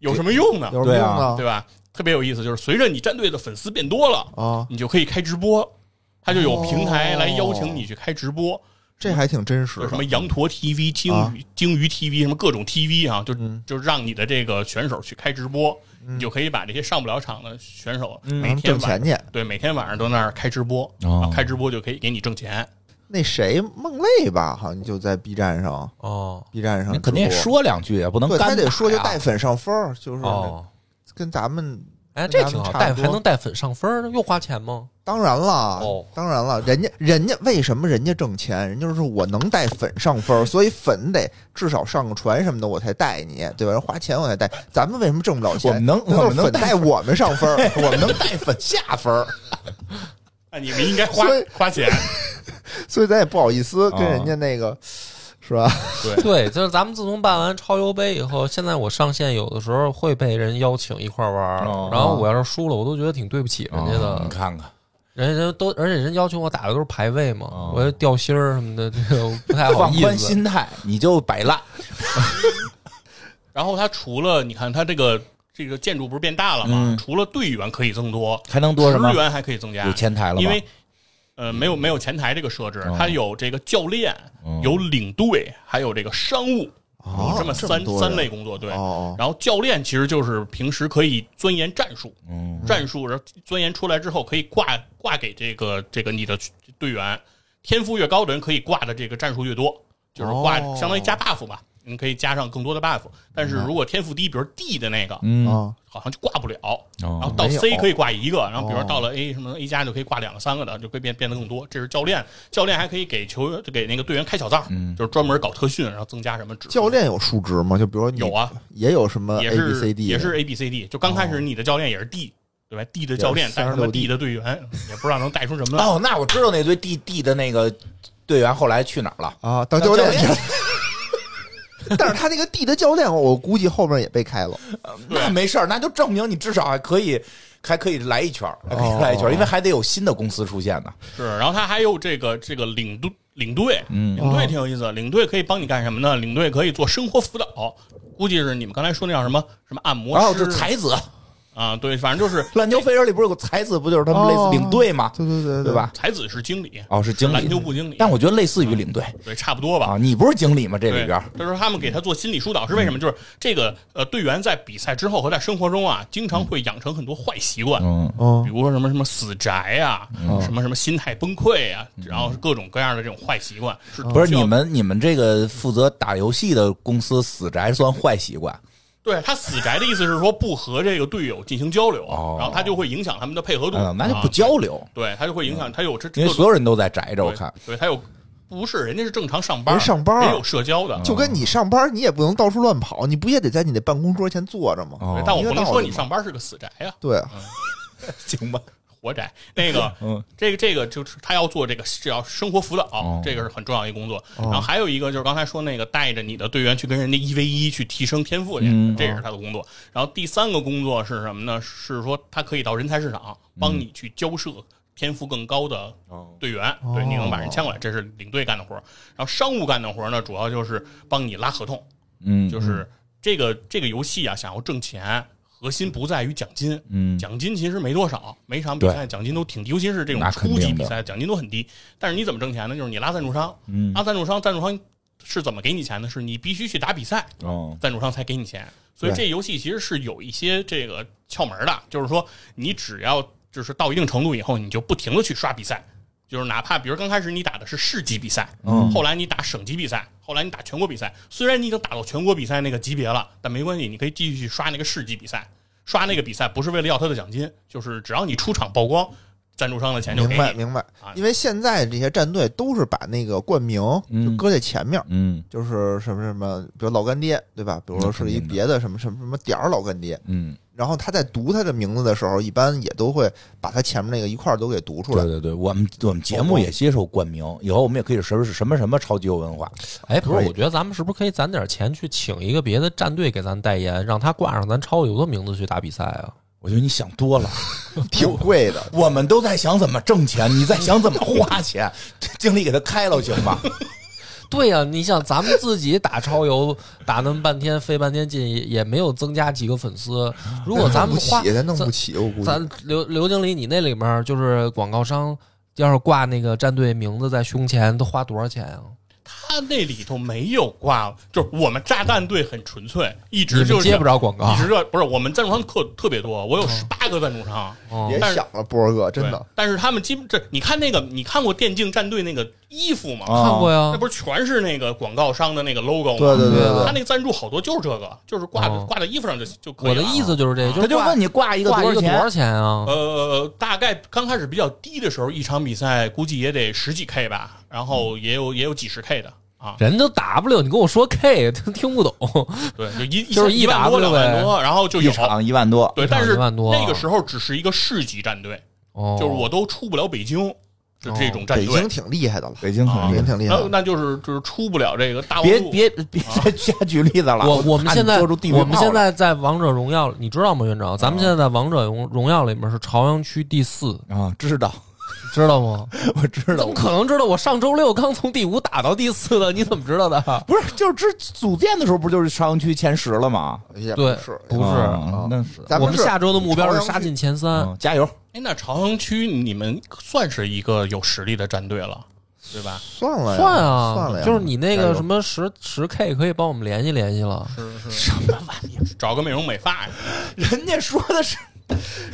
有什么用呢？
有什么
对
用
啊
呢？
对吧？特别有意思，就是随着你战队的粉丝变多了，
啊，
你就可以开直播，它就有平台来邀请你去开直播，
这还挺真实
有
的
什么羊驼 TV、鲸
啊
鱼、鲸鱼 TV，什么各种 TV 啊，就就让你的这个选手去开直播，你就可以把这些上不了场的选手
嗯
每
能
天
嗯挣
晚
钱去。
对每天晚上都那儿开直播，
哦
啊开直播就可以给你挣钱。
那谁孟泪吧，好像就在 B 站上
哦
，B 站上
你肯定
直播，
说两句啊，不能
对
干
他得
打
说就
呀哦
带粉上分儿，就是
哦，
跟咱们
哎，这挺好，
咱们差
带
不多
还能带粉上分儿，用花钱吗？
当然了，
哦
当然了，人家人家为什么人家挣钱？人家就是我能带粉上分儿，所以粉得至少上个船什么的，我才带你，对吧？人花钱我才带，咱们为什么挣不了钱？
我们能
那都
我
是
们能
粉
带
带我们上分儿，
我们能带粉下分儿，
那啊你们应该花
所以
花钱，
所以咱也不好意思跟
啊
人家那个，是吧？
对，就是咱们自从办完超游杯以后，现在我上线有的时候会被人邀请一块儿玩儿，
哦
然后我要是输了，我都觉得挺对不起人家
哦你
的，
看看，
人家都而且人要求我打的都是排位嘛，
哦
我就掉芯儿什么的，这个我不太好
放
意
宽
思。
心态，你就摆烂，
然后它除了你看它这个这个建筑不是变大了吗？
嗯
除了队员可以增多，
还能多什么
职？员还可以增加，
有前台了吗？
因为呃没有没有前台这个设置
哦，
它有这个教练
哦，
有领队，还有这个商务，
哦
有这么
这
三
么多人
三类工作对。
哦，
然后教练其实就是平时可以钻研战术，
嗯
战术然后钻研出来之后可以挂挂给这个这个你的队员，天赋越高的人可以挂的这个战术越多，就是挂
哦
相当于加 buff 吧。你可以加上更多的 buff。但是如果天赋低，比如 D 的那个，
嗯，
啊，
好像就挂不了。然后
哦
到
没有
C 可以挂一个，然后比如说
哦
到了 A 什么 A 加就可以挂两个、三个的，就会变变得更多。这是教练，教练还可以给球员给那个队员开小灶，
嗯
就是专门搞特训，然后增加什么指
教练有数值吗？就比如说你
有啊，
也有什么
也
A
是
B C D，
也是 A B C D。就刚开
哦
始你的教练也是 D，对吧？D 的教练
也是
带什么
36 D
D 的队员， 也不知道能带出什么来。
哦，那我知道那堆地地的那个队员后来去哪儿了。
啊，当教
教
练
练。
但是他那个 D 的教练，我估计后面也被开了。
那没事儿，那就证明你至少还可以，还可以来一圈儿，还可以来一
哦
圈儿，因为还得有新的公司出现呢。
是，然后他还有这个这个领队。领队，
嗯
领队挺有意思的。领队可以帮你干什么呢？领队可以做生活辅导，估计是你们刚才说那叫什么什么按摩
然后
师
这才子，
啊，对，反正就是
篮球飞人里不是有个才子，不就是他们类似领队吗？
哦对对对
对？吧？
才子是经理，
哦，是经理，
篮球部经理
但我觉得类似于领队
对，差不多吧。
啊。你不是经理吗？这里边儿嗯
对，他说他们给他做心理疏导是为什么？就是这个呃，队员在比赛之后和在生活中啊，经常会养成很多坏习惯，
嗯
嗯
比，如说什么什么死宅啊，什么什么心态崩溃啊，然后各种各样的这种坏习惯。是
嗯
哦
不是
需要
你们你们这个负责打游戏的公司死宅算坏习惯
对他死宅的意思是说不和这个队友进行交流，
哦
然后他就会影响他们的配合度，
嗯，那就不
啊
交流，
对他就会影响他有这
因为所有人都在宅着。我看，
对对他有不是人家是正常上班，
人上班
也有社交的，
嗯
就跟你上班，你也不能到处乱
啊
跑，你不也得在你的办公桌前坐着吗？
哦
对但我不能说
一
你
个道理嘛
上班是个死宅呀、
对，
嗯行 吧，
活宅。那个，
嗯
这个这个就是他要做这个是要生活辅导，
哦
这个是很重要一个工作。然后还有一个就是刚才说那个带着你的队员去跟人家一 v 一去提升天赋去，
嗯
这也是他的工作。然后第三个工作是什么呢？是说他可以到人才市场
嗯
帮你去交涉。天赋更高的队员，
哦
对，你能把人签过来，这是领队干的活儿。然后商务干的活儿呢，主要就是帮你拉合同，
嗯，
就是这个这个游戏啊，想要挣钱，核心不在于奖金，
嗯
奖金其实没多少，每场比赛奖金都挺低，尤其是这种
那肯定
初
的
级比赛，奖金都很低。但是你怎么挣钱呢？就是你拉赞助商，
嗯
拉赞助商，赞助商是怎么给你钱呢？是你必须去打比赛，
哦，
赞助商才给你钱。所以
对
这游戏其实是有一些这个窍门的，就是说你只要就是到一定程度以后，你就不停的去刷比赛，就是哪怕比如刚开始你打的是市级比赛，
嗯
后来你打省级比赛，后来你打全国比赛，虽然你已经打到全国比赛那个级别了，但没关系，你可以继续去刷那个市级比赛。刷那个比赛不是为了要他的奖金，就是只要你出场曝光，赞助商的钱就给
明白
你。
明白
啊。
因为现在这些战队都是把那个冠名就
嗯
搁在前面，
嗯
就是什么什么，比如老干爹，对吧？比如说是一
那肯定的
别的什么什么什么点儿老干爹，
嗯，
然后他在读他的名字的时候，一般也都会把他前面那个一块儿都给读出来
对。对对，我们我们节目也接受冠名，以后我们也可以什么什么什么超级有文化，
哎，不
可
是，
以
我觉得咱们是不是可以攒点钱去请一个别的战队给咱代言，让他挂上咱超游的名字去打比赛啊？
我觉得你想多了，
挺贵的。
我们都在想怎么挣钱，你在想怎么花钱，经理给他开了行吗？
对呀、你想咱们自己打超 游打那么半天费半天劲，也也没有增加几个粉丝。如果咱们花
弄不起，咱弄不
咱
起，我估计。
咱刘刘经理，你那里面就是广告商，要是挂那个战队名字在胸前，都花多少钱啊？
他那里头没有挂，就是我们炸弹队很纯粹，一
你
直就
们
是
接不着广告
啊
一，直这不是我们赞助商特特别多，我有十八个赞助商，
哦
别
但是
想了，波儿哥，嗯真
对
的。
但是他们基本这，你看那个，你看过电竞战队那个衣服吗？
啊
看过呀
那。不是全是那个广告商的那个 logo 吗？
对对对对
他那个赞助好多就是这个，就是挂的
哦
挂在衣服上就就可以
我
了。啊
的意思就是这，
他
是
就
挂
问你挂一个
挂一个
少
多
钱
少？钱啊？
呃，大概刚开始比较低的时候，一场比赛估计也得十几 K 吧，然后也有也有几十 K 的啊，
人都 W，你跟我说 K，听 听不懂。
对，就一
就是
一万多
一 W
两万多，然后就有
一。场一万多，
对，
一场
但是
一万多啊
那个时候只是一个市级战队，
哦，
就是我都出不了北京，就这种战
哦北
队
京。挺厉害的了，
北京
啊
北京挺厉害
那
的。
那就是就是出不了这个大
别
陆
别别再 瞎举例子了。
我我们
怕你
现在
说出地狱
我们
炮
现
来
在在王者荣耀，你知道吗，院长？咱们现在在王者荣荣耀里面是朝阳区第四，
啊，知道，
知道吗？
我知
怎
道
么，可能知道？我上周六刚从第五打到第四的，你怎么知道的？
不是就是之组建的时候不就是朝阳区前十了吗？
也
对
不是，
不是
啊那是
咱
我
们
们
是
下周的目标是杀
朝阳区
进前三。
啊加油，
哎，那朝阳区你们算是一个有实力的战队了，对吧？
算了呀
算啊，
算了呀，
就是你那
加
个
油
什么十十 K 可以帮我们联系联系了。
是是，什么玩意？找个美容美发呀，
人家说的是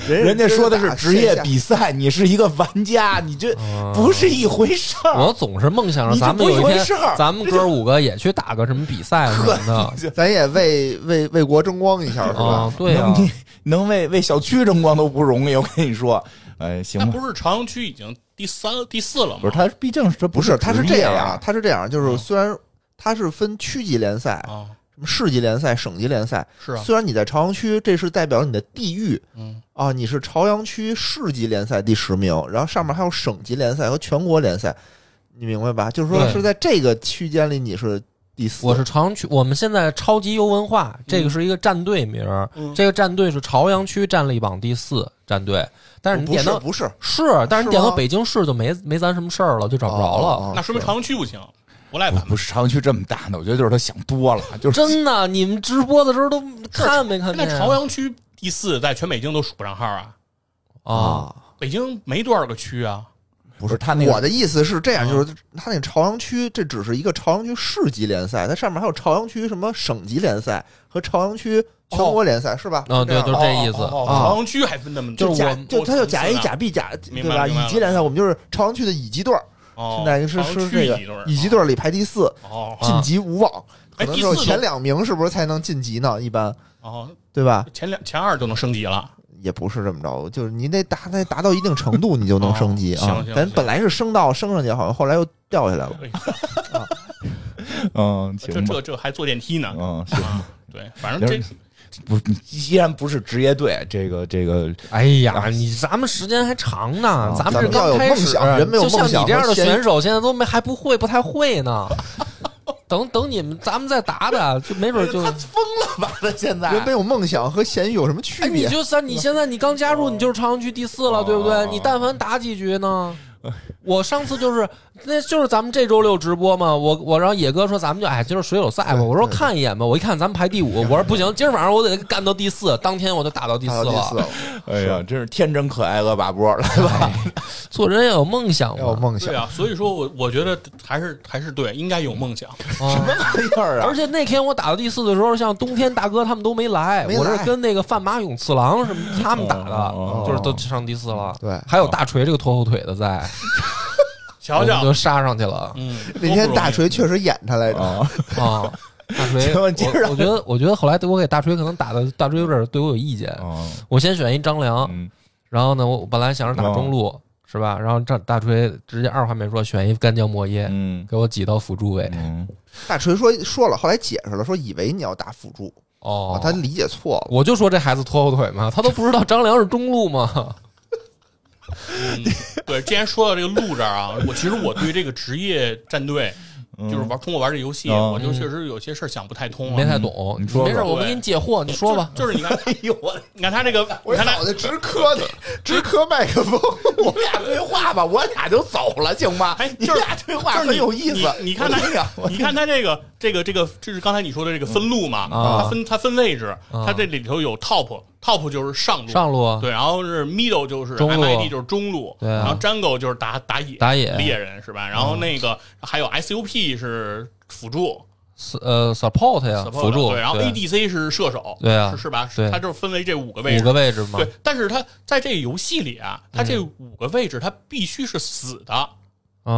人
人家说的
真
是
打
职业
线下
比赛，你是一个玩家，你这
啊嗯
不是一回事
我
儿。
要总是梦想着
你这
咱们有一
不一
天
回事儿，
咱们哥五个也去打个什么比赛什么的
咱也为为为国争光一下是吧
啊？，对啊
能，你能为为小区争光都不容易，我跟你说，哎，行
那
吧，
不是朝阳区已经第三、第四了吗？
不是，他毕竟这
不
是
是，他是
职
这
业
样
啊
啊，，他是这样，就是虽然他是分区级联赛、
啊，
什么市级联赛、省级联赛，
是啊，
虽然你在朝阳区，这是代表你的地域
嗯，
啊，你是朝阳区市级联赛第十名，然后上面还有省级联赛和全国联赛，你明白吧？就是说
对
是在这个区间里你是第四，
我是朝阳区。我们现在超级优文化，这
嗯
个是一个战队名儿，
嗯
这个战队是朝阳区战力榜第四战队，但是你
不
点
是
到
不是
是，但是你点到北京市就没没咱什么事儿了，就找不着了。
哦
那说明朝阳区不行，不赖
不
咱们。
不是朝阳区这么大呢，我觉得就是他想多了，
哦
就是
真的，你们直播的时候都看没看
那
见啊？
朝阳区第四，在全北京都数不上号啊，
啊，
北京没多少个区啊。
不是他那个
我的意思是这
啊
样，就是他那朝阳区，这只是一个朝阳区市级联赛，它上面还有朝阳区什么省级联赛和朝阳区全国联赛，是吧？
嗯，对，就
样
是这意思。
哦
啊
朝阳区还分那么
就
多，
是
甲
我
就他就甲 A、
我
甲 B、甲
明
对
白
吧？
明白
乙级联赛，我们就是朝阳区的乙级队儿，
哦
现在是
朝阳
是
区
这个
一对儿
乙级队儿里排第四，
哦
啊
晋级无望。可
哎
能
第
只有
四
前
都
两名是不是才能晋级呢？一般
哦，
对吧？
前两前二就能升级了。
也不是这么着，就是你得达得达到一定程度，你就能升级
哦行
啊
行。
咱
行
本来是升到升上去，好像后来又掉下来了。
哎
嗯，
这
行吧
这，这还坐电梯呢
嗯，行，
啊！对，反正这
不，依然不是职业队，这个这个
哎呀，你咱们时间还长呢，咱们这
啊咱们要
刚
有
开
梦
始，
想人没有
就像
梦想
你这样
和
的
先
选手，现在都没还不会，不太会呢。 等等，你们咱们再打打，就没准就
他疯了吧？他现在
人没有梦想和咸鱼有什么
哎，
区
你
别？
就算你现在你刚加
哦
入，你就是朝阳区第四了，对不对？你但凡打几局呢？
哎
我上次就是，那就是咱们这周六直播嘛，我我让野哥说咱们就哎，今儿水友赛吧，我说看一眼吧，我一看咱们排第五，我说不行，今儿晚上我得干到第四，当天我就打到第四
打到第四
了。
啊了，
哎呀，真是天真可爱恶霸波，来吧，
做人要有梦想
要有
嘛，
梦
对
想。
啊，所以说我我觉得还是还是对，应该有梦 想。
啊
玩意儿啊
而！且那天我打到第四的时候，像冬天大哥他们都没来，
没来
我是跟那个范马勇次郎什么他们打的，
哦
就是都上第四了。
对
还有大锤这个拖后腿的在，我
瞧
们
瞧
就，杀上去了
嗯，
那天大锤确实演他来
哦
着，
啊，
啊。大锤，
行
我
吧接着
我觉得，我觉得后来对我给大锤可能打的，大锤有点对我有意见。
哦
我先选一张良，
嗯，哦
然后呢，我本来想着打中路，是吧？然后这大锤直接二话没说选一干将莫耶，
嗯
给我挤到辅助位。
嗯，
大锤说说了，后来解释了，说以为你要打辅助，
哦
啊，他理解错了。
我就说这孩子拖后腿嘛，他都不知道张良是中路 嘛。
嗯，对，之前说到这个路这儿啊，我其实我对这个职业战队，就是玩通过玩这游戏，
嗯
我就确实有些事儿想不太通
没
啊。
太懂，
你说吧
没事，我们给你解惑，你说吧。
就就是你看，
哎呦我，
你看他这个，你
我
看他
脑袋直磕的，直磕麦克风。
我们俩对话吧，我俩就走了，行吗？
哎
你
就是
俩对话
就是
很
你
有意思。
你你看他
我跟讲，
你看他这个这个这个，这是刚才你说的这个分路嘛？
啊
他分他分位置，
啊
他这里头有 top top 就是上路，
上路啊
对，然后是 middle 就是
中路
mid 就是中路，
对啊
然后 jungle 就是打打野
打野嗯
猎人是吧？然后那个还有 SUP 是辅助
，su- 呃 support 呀，
support，
辅助，
对，然后
对
ADC 是射手，
对啊
是是吧？
对
他就是分为这五个位置
五个。位置嘛嗯
对，，但是他在这个游戏里啊，他这五个位置他必须是死的，
啊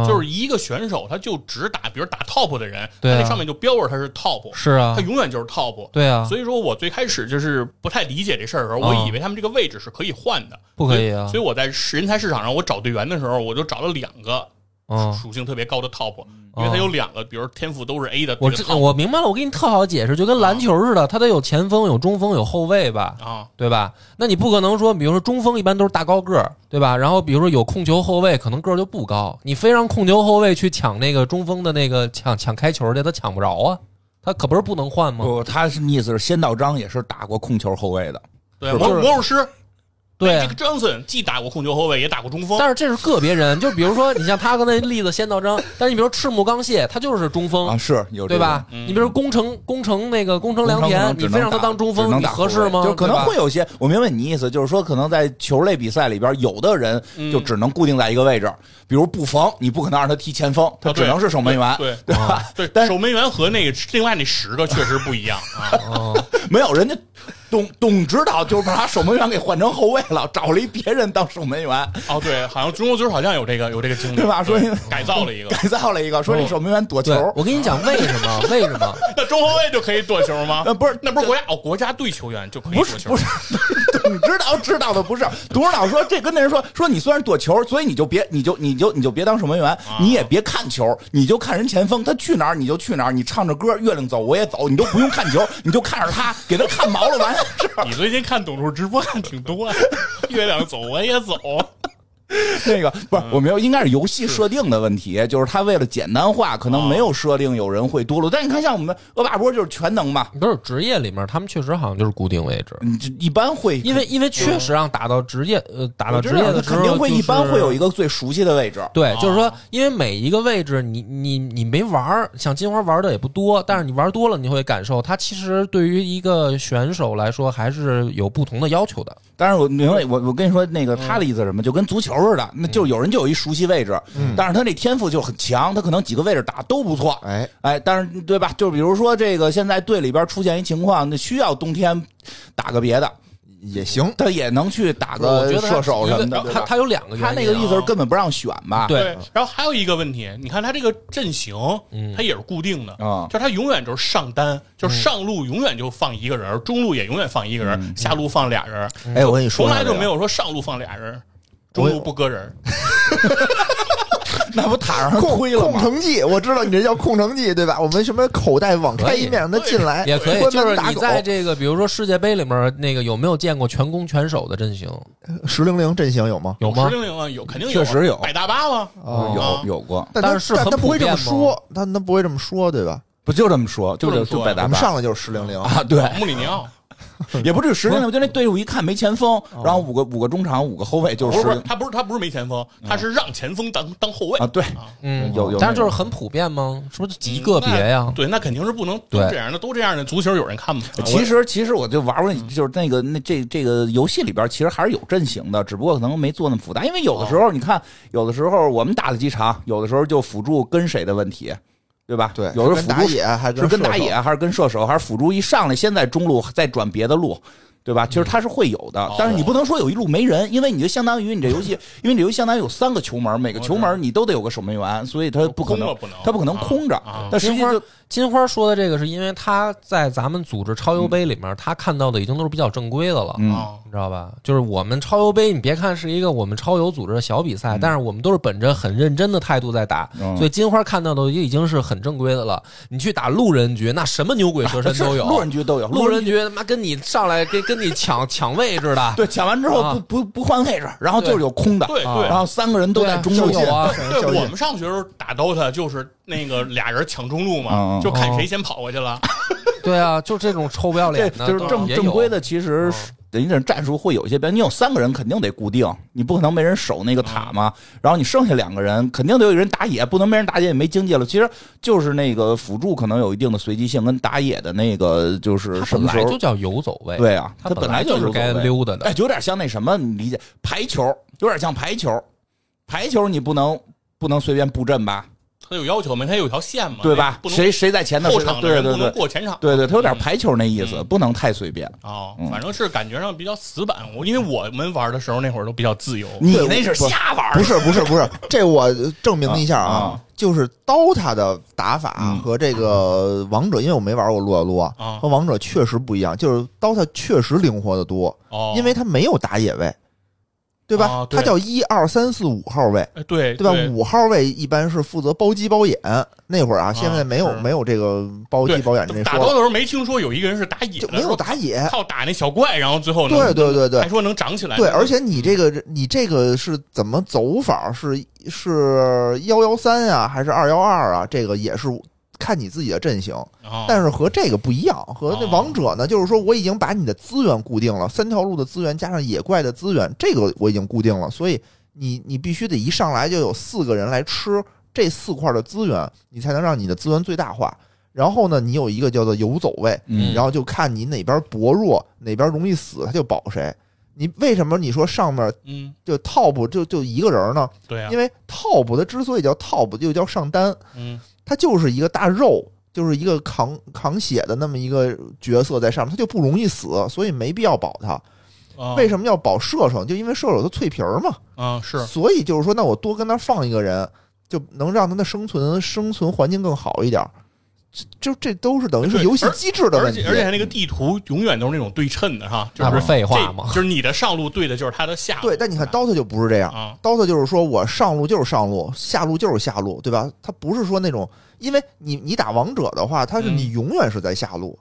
就是一个选手，他就只打，比如打 top 的人，
对啊
他那上面就标着他是 top，
是啊
他，永远就是 top。
对啊，
所以说我最开始就是不太理解这事儿的时候，
啊
我以为他们这个位置是可以换的，
不可以啊
所以所以我在人才市场上我找队员的时候，我就找了两个
嗯，
属性特别高的 top，因为他有两个，比如天赋都是 A 的这
我
个
知
top
我明白了，我给你特好解释，就跟篮球似的，它得有前锋、有中锋、有后卫吧，
啊，
对吧？那你不可能说，比如说中锋一般都是大高个儿，对吧？然后比如说有控球后卫，可能个儿就不高，你非让控球后卫去抢那个中锋的那个抢抢开球去，他抢不着啊，他可不是不能换吗？
不，他是意思是先到章也是打过控球后卫的，
对，
是
魔魔术师
对啊
哎这个 Johnson 既打过控球后卫，也打过中锋，
但是这是个别人，就比如说你像他刚才例子先到章，但是你比如赤木刚宪，他就是中锋，
啊，是有这
对
个
吧？
嗯
你比如宫城宫城那个宫城良
中锋可
田
能，只
你
能
非让他
打
当中锋，
只能
你
打
合
后
适
卫
吗？
就是可能
对吧
会有些，我明白你意思，就是说可能在球类比赛里边，有的人就只能固定在一个位置，比如布冯，你不可能让他踢前锋，他
啊
只能是守门员，
对
对吧？
对
但，是
守门员和那个另外那十个确实不一样啊。
哦
没有人家董董指导就是把守门员给换成后卫了，找了一别人当守门员，
哦，对，好像中国足球好像有这个有这个经历，
对吧说
改造了一 个，
改造了一个，说
哦
这守门员躲球
对，，我跟你讲为什 么？为什么？
那中后卫就可以躲球吗？
呃不是
那不是国家哦，国家队球员就可以
不
躲
是
球，
不是，董指导知道的不是，董指导说这跟那人说说你虽然躲球，所以你就别你就你就你就别当守门员，
啊
你也别看球，你就看人前锋，他去哪儿你就去哪儿，你唱着歌月亮走我也走，你都不用看球，你就看着他给他看毛了完 事儿。
你最近看董叔直播看挺 多呀，月亮走我也走，
那个不
嗯
是我没有，应该是游戏设定的问题，就是他为了简单化，可能没
哦
有设定有人会多录，但你看像我们的恶霸波就是全能嘛，
不是职业里面，他们确实好像就是固定位置，
你就一般会
因为因为确实让打到职业呃打到
我
职
知道
业的
他
时候，
肯定会一般会有一
个。
个最熟悉的位置。
对
啊，
就是说，因为每一个位置你，你你没玩儿，像金花玩的也不多，但是你玩多了，你会感受它其实对于一个选手来说还是有不同的要求的。
当然，我明白，我我跟你说，那
嗯
个他的意思是什么，就跟足球似的，那就有人就有一熟悉位置，
嗯
但是他这天赋就很强，他可能几个位置打都不错，
哎，
哎，但是对吧？就比如说这个现在队里边出现一情况，那需要冬天打个别的，
也行，
他也能去打
我
个
觉得
呃射手什么的，对
他
吧？
他有两个原因
他
啊，
那个意思是根本不让选吧？
对，
然后还有一个问题，你看他这个阵型，
嗯
他也是固定的，
啊
就是他永远就是上单，就是上路永远就放一个人，中路也永远放一个
嗯
人，下路放俩人，
哎，我跟你说，
从来就没。有说啊上路放俩人，中路不搁人。
那不塔上
控
亏了
控
吗？
城计，我知道你这叫控城计，对吧？我们什么口袋网开一面，让他进来，
也可以，
关
就
门
是
打
你
狗。
在这个比如说世界杯里面，那个有没有见过全攻全守的阵型？
十零零阵型有吗？
有吗
指？定有啊，有肯定有
确
啊，
实有啊
百大巴吗？
哦
啊
有有过，
但他
但是
但他
很
不会这么
普遍吗
说，但他不会这么说，对吧？
不就这么说，就
这
就
么说
就百
我
搭
们
吧
上来就是十零零，
啊， 对，
穆里尼奥
也不至于十零六，就那队伍一看没前锋，然后五个五个中场，五个后卫就
不
是
是
十
不是，
零
他不是他不是没前锋，他是让前锋当当后卫
啊，对，
嗯，
有有
但
那
是就是
种
很普遍吗？是不是
嗯
极个别呀
那？对，那肯定是不能都
对
这样的，都这样的足球有人看吗？啊
其实其实我就玩过，就是那个那这这个游戏里边其实还是有阵型的，只不过可能没做那么复杂。因为有的时候你看，有的时候我们打的几场，有的时候就辅助跟谁的问题，对吧？
对，
有的时
跟
候
打
辅助
野还
是跟
射手
打野还是跟射手还是辅助一上来先在中路再转别的路。对吧？其实它是会有的，但是你不能说有一路没人，因为你就相当于你这游戏，因为你这游戏相当于有三个球门，每个球门你都得有个守门员，所以它不可
空
能
了不能，
它不可能空着
啊啊。
但实际
金花
就
金花说的这个，是因为他在咱们组织超优杯里面，他看到的已经都是比较正规的了。
嗯
啊，
你知道吧？就是我们超游杯，你别看是一个我们超游组织的小比赛，但是我们都是本着很认真的态度在打，
嗯
所以金花看到的也已经是很正规的了。你去打路人局，那什么牛鬼蛇神都有，
是路人局都有，
路人局他妈跟你上来跟跟你抢 抢位置的，
对，抢完之后
啊
不不不换位置，然后就是有空的，
对
啊
对
然。后三个人都
对
在
啊
中路
就有啊，
对，
较劲
我们上学时候打 DOTA 就是那个俩人抢中路
嗯
嘛
嗯，
就看谁先跑过去了。
对啊，就这种臭不要
这
脸的，
就是
都
正
也
正
有
规的，其实
嗯
是人家这战术会有一些变。你有三个人肯定得固定，你不可能没人守那个
嗯
塔嘛。然后你剩下两个人，肯定得有一个人打野，不能没人打野也没经济了。其实就是那个辅助可能有一定的随机性，跟打野的那个就是
它
什
本
么时
来就
候
叫游走位，
对啊，
它
本来
就是该
走位
溜达的。
哎，有点像那什么，你理解排球，有点像排球，排球你不能不能随便布阵吧，
他有要求没？他有条线嘛，
对吧？
啊不能
谁谁在前头，
后
谁在
场的
对
人
对
不能
对。
过前场。
对对，他有点排球那意思，
嗯
不能太随便。
哦
嗯，
反正是感觉上比较死板。我因为我们玩的时候那会儿都比较自由，
你那是瞎玩儿
不是不是不是，这我证明一下啊，
啊啊
就是刀塔的打法啊
嗯
和这个王者，因为我没玩过撸啊撸
啊
和王者确实不一样，就是刀塔确实灵活的多，
哦，
因为它没有打野位，对吧？
啊对
它叫一二三四五号位。
哎对
对吧？五号位一般是负责包机包眼，那会儿啊，现在没有、
是
没有这个包机
对
包眼这
打
说
斗的
了，
时候没听说有一个人是打野
就
的，
没有
说
打野。
靠打那小怪，然后最后能
对对对对
还说能长起来，
对，而且你这个你这个是怎么走法？是是幺幺三啊，还是二幺二啊？这个也是看你自己的阵型，
哦
但是和这个不一样。和那
哦
王者呢，就是说我已经把你的资源固定了，三条路的资源加上野怪的资源，这个我已经固定了，所以你你必须得一上来就有四个人来吃这四块的资源，你才能让你的资源最大化。然后呢，你有一个叫做游走位，
嗯
然后就看你哪边薄弱，哪边容易死，他就保谁。你为什么你说上面
嗯，
就 top 就就一个人呢？
对啊
因，为 top 它之所以叫 top，就叫上单，
嗯
它就是一个大肉，就是一个扛扛血的那么一个角色在上面，他就不容易死，所以没必要保他。
哦
为什么要保射手？就因为射手他脆皮儿嘛，
么啊？是
所以就是说，那我多跟那儿放一个人，就能让他的生存生存环境更好一点儿。这就这都是等于是
对
游戏
而
机制的
而
问题，
且而且它那个地图永远都是那种对称的哈，就
那
是
不是废话
这
吗？
就是你的上路对的就是他的下路。
对，但你看 DOTA 就不是这样
啊，
，DOTA 就是说我上路就是上路，下路就是下路，对吧？它不是说那种，因为你你打王者的话，它是
嗯
你永远是在下路，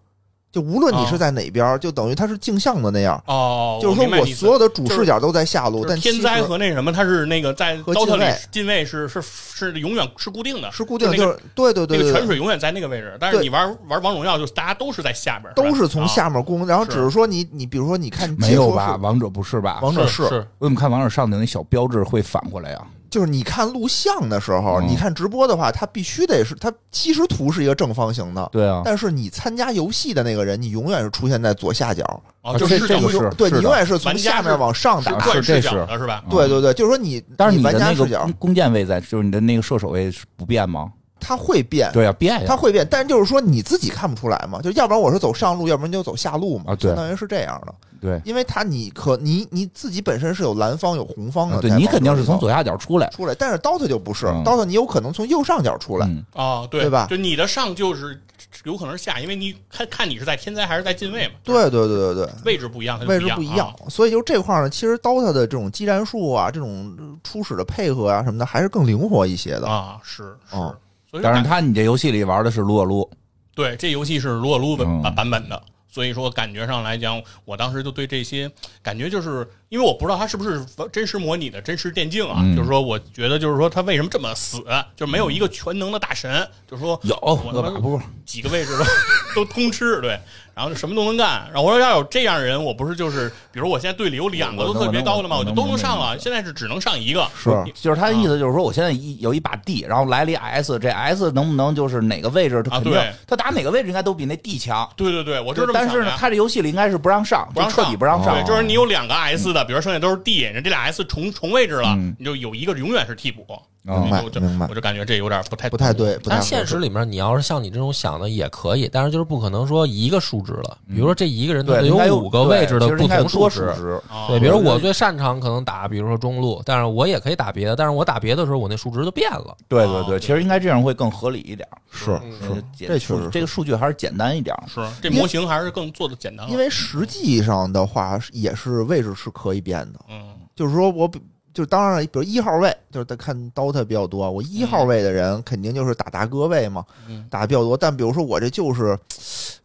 就无论你是
啊
在哪边儿，就等于它是镜像的那样，
哦，
就是
明白
说我
你意思
所有的主
就是
视角都在下路，
就是
但其
天灾
实
和那什么，它是那个在
和
DOTA
近卫
里近卫是是是永远是固定的，
是固定的，
就
就
那
是对对
那
对
个
对
泉
对。
水永远在那个位置。但是
对
你玩玩王者荣耀，就是大家都是在下边，
都
是吧啊
是从下面攻，然后只是说你你比如说你看
没有
解说
吧？
是？
王者不是吧？
王者
是是
我怎么看王者上头那小标志会反过来啊呀、
就是你看录像的时候，
嗯
你看直播的话，它必须得是它其实图是一个正方形的，
对啊，
但是你参加游戏的那个人，你永远是出现在左下角，
啊，
这
就是
这个
是
是
对
是的
你永远是从
玩家
下
是
面往上打。
是
转
这
视角
是
的是吧？
对对对，就是说你，
但是
你
你
玩
的
家
那
视角
个，嗯弓箭位在，就是你的那个射手位是不变吗？
它会变，
对呀、啊变呀、
它会变，但是就是说你自己看不出来嘛，就要不然我是走上路，要不然就走下路嘛，
啊对
相当于是这样的，
对，
因为它你可你你自己本身是有蓝方有红方的，
啊对
在
你
王者
肯定是
里
从
头
左下角出来，
出来，但是 DOTA 就不是、
嗯
d o t a 你有可能从右上角出来，
嗯，
啊，对
对吧
就你的上就是有可能是下，因为你看看你是在天灾还是在近卫嘛，
对对对对对。
位置不一样，它就
位置不
不
一
样
样
啊。，
所以就这块儿呢，其实 DOTA 的这种技战术啊，这种初始的配合啊什么的，还是更灵活一些的。
啊，是是
嗯，
所以
但是
感
他你这游戏里玩的是撸啊撸，
对这游戏是撸啊撸版
嗯
版版本的，所以说感觉上来讲，我当时就对这些感觉就是因为我不知道它是不是真实模拟的真实电竞啊，
嗯
就是说我觉得就是说它为什么这么死，就是没有一个全能的大神，就是说
有
我
恶
他妈
把不
几个位置 都都通吃，对，然后就什么都能干。然后我说要有这样的人，我不是就是，比如我现在队里有两个
我
都
我能
特别高的嘛，我
我能
就
我能
都能上
我
了。
能
现在是只能上一个，
是
就是他的意思就是说，我现在一有一把地，然后来了一 S，这 S 能不能就是哪个位置，他
啊
肯定
对
他打哪个位置应该都比那 D 强。
对对对，我就是这么
但
想
是呢，
的。
他这游戏里应该是不让上，
不让
就彻
上
底不让上。
对，就是你有两个 S 的，比如剩下都是 D，人这俩 S 重重位置了
嗯，
你就有一个永远是替补。
哦
明白
我就
明白
我就感觉这有点不太
不太。对，不太
但
合
现
适
实里面，你要是像你这种想的也可以，但是就是不可能说一个数值了。比如说这一个人他
嗯对，
得
应该
有五个位置的
对其实
不
应该有
同
多数
值。
值。哦
啊
对，比如我最擅长可能打，比如说中路，但是我也可以打别的，但是我打别的时候，我那数值就变了。
对
哦
啊对
对
对，其实应该这样会更合理一点。
是
嗯
是，
解
这确实是
这个数据还是简单一点。
是这模型还是更做的简单
嗯
了，
因为实际上的话是也是位置是可以变的，
嗯
就是说我比就是当然了，比如一号位，就是在看 DOTA 比较多，啊我一
嗯
号位的人肯定就是打大哥位嘛，
嗯
打的比较多。但比如说我这就是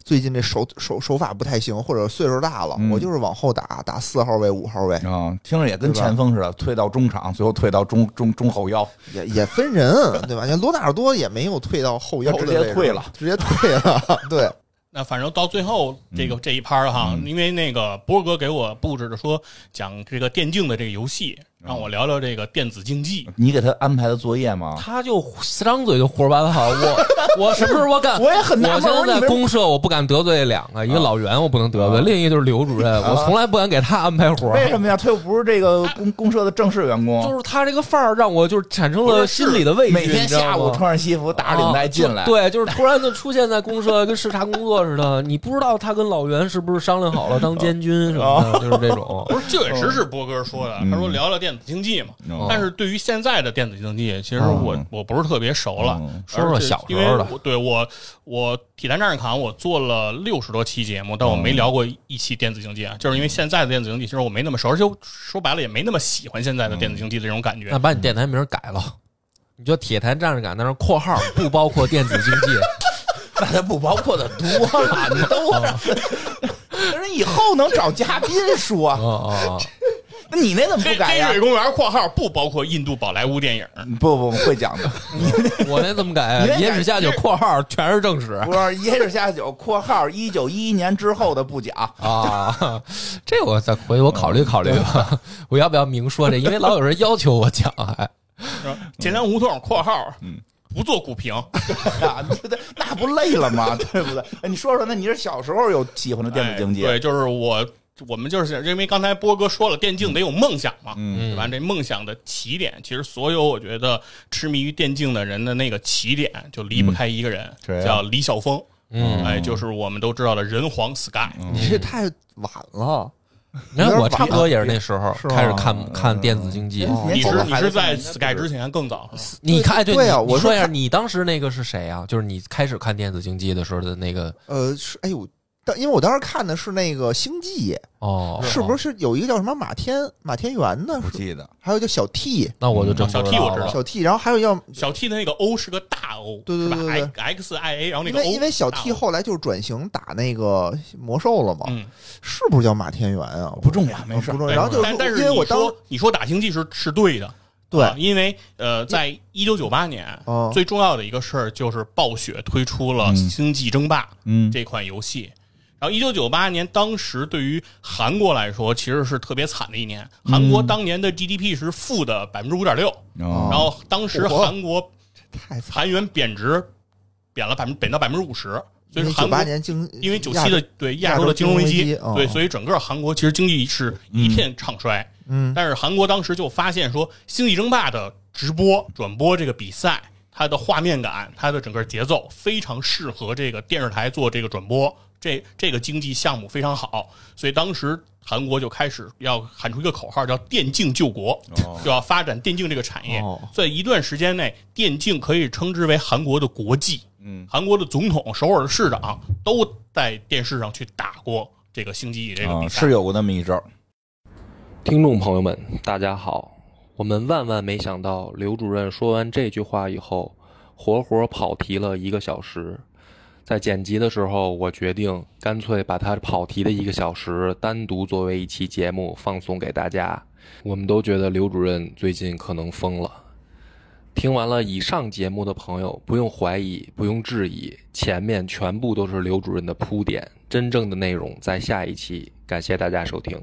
最近这手手手法不太行，或者岁数大了，
嗯
我就是往后打，打四号位、五号位，
啊，听着也跟
对吧
前锋似的，退到中场，最后退到中中中后腰，
也也分人，对吧？你看罗纳尔多也没有退到后腰的
直接
位置
退了，
直接退了， 对，
那反正到最后这个、这一趴儿哈，因为那个波哥给我布置的说讲这个电竞的这个游戏，让我聊聊这个电子竞技。
你给他安排的作业吗？
他就张嘴就胡说八道，我我什么时候我敢？
我也很纳
我
闷
现
我说
在
你
在
哦为
公社，我不敢得罪两个，一个老袁我不能得罪，
啊
另一个就是刘主任，我从来不敢给他安排活儿。
哦为什么呀？他又不是这 个公公社的正式员工，
就是他这个范儿让我就是产生了心理的畏惧。
每天
你知道吗
下午穿上西服打着领带进来，
啊就对，就是突然就出现在公社，跟视察工作似的。你不知道他跟老袁是不是商量好了当监军什么 的，就是这种。
哦
不是，这也是是波哥说的，
嗯
他说聊聊电子竞技嘛。
嗯
但是对于现在的电子竞技，其实
嗯
我、我不是特别熟了。
嗯
说说
而且
小时候
因为
的
我对我我体坛战士卡我做了六十多期节目，但我
哦
没聊过一期电子竞技啊，就是因为现在的电子竞技其实我没那么熟，而且我说白了也没那么喜欢现在的电子竞技的这种感觉。
那把你电台名改了，你就铁坛战士感，但是括号不包括电子竞 技。
那他不包括的多了，你都 是。人以后能找嘉宾
啊
说，
啊啊！
那你那怎么
黑
不改
黑
呀
水？公园（括号不包括印度宝莱坞电影
不不，不会讲的。
我那怎么改啊
你？那
野史下酒括号全是正史
不是一是下酒（括号一九一一年之后的不讲
啊！这我再回去我考虑考虑 吧，我要不要明说这？因为老有人要求我讲，还），
钱粮胡同（括号
嗯
不做股评）。
啊？对对， 那不累了吗？对不对？哎你说说，那你是小时候有喜欢的电子竞技？
哎对，就是我我们就是因为刚才波哥说了，电竞得有梦想嘛，
嗯
对吧？这梦想的起点，其实所有我觉得痴迷于电竞的人的那个起点，就离
嗯
不开一个人，
谁啊
叫李晓峰。嗯，哎，就是我们都知道的人皇 Sky，、
你这太晚了，
你看我差不多也是那时候
是吗
开始看看电子竞技。
哦
你
我
是
们
你
还
是
在
在
看
Sky 之前更早是吗？
你看，哎对
对啊
你
我
你
是
说一下，
看
你当时那个是谁啊？就是你开始看电子竞技的时候的那个
嗯
呃，是哎呦，但因为我当时看的是那个《星际
哦》，，
是不是有一个叫什么马天马天元的
不？
是
记哦得
还有叫小 T
那我就真
嗯小
不
T 我
道
知
了
道
小 T，然后还有叫
小 T 的那个 O 是个大 O，
对对对
是吧？X I A，然后那
因
个 O，
为因为小 T
大 O
后来就是转型打那个魔兽了嘛，
嗯，
是不是叫马天元啊？
不重要，没事
不。重要。
对
然后就
但但是
因为我
你
当
说你说打星际是是对的，
对
啊因为呃，在一九九八年
哦
最重要的一个事儿就是暴雪推出了
嗯
《星际争霸》
嗯，
这款游戏。然后，一九九八年，当时对于韩国来说，其实是特别惨的一年。
嗯
韩国当年的 GDP 是负的百分之五点六，
哦
然后当时
嚯
韩国
太惨，
韩元贬值，贬了百分贬到百分之五十，所
因
以
为
韩
九
国
八年经
因为九
亚
七的对
亚
亚
洲
洲的
金
金融
融危
危
机
机
哦，
对，
哦
所以整个韩国其实经济是一片唱衰。
嗯
但是韩国当时就发现说，《星际争霸》的直播转播这个比赛，它的画面感、它的整个节奏非常适合这个电视台做这个转播，这这个经济项目非常好，所以当时韩国就开始要喊出一个口号，叫“电竞救国”，
哦
就要发展电竞这个产业
哦。
在一段时间内，电竞可以称之为韩国的国际。
嗯，
韩国的总统、首尔的市长都在电视上去打过这个星际这个比
啊
赛。
是有过那么一招，
听众朋友们，大家好！我们万万没想到，刘主任说完这句话以后，活活跑题了一个小时。在剪辑的时候，我决定干脆把他跑题的一个小时单独作为一期节目放送给大家。我们都觉得刘主任最近可能疯了。听完了以上节目的朋友，不用怀疑，不用质疑，前面全部都是刘主任的铺垫，真正的内容在下一期。感谢大家收听。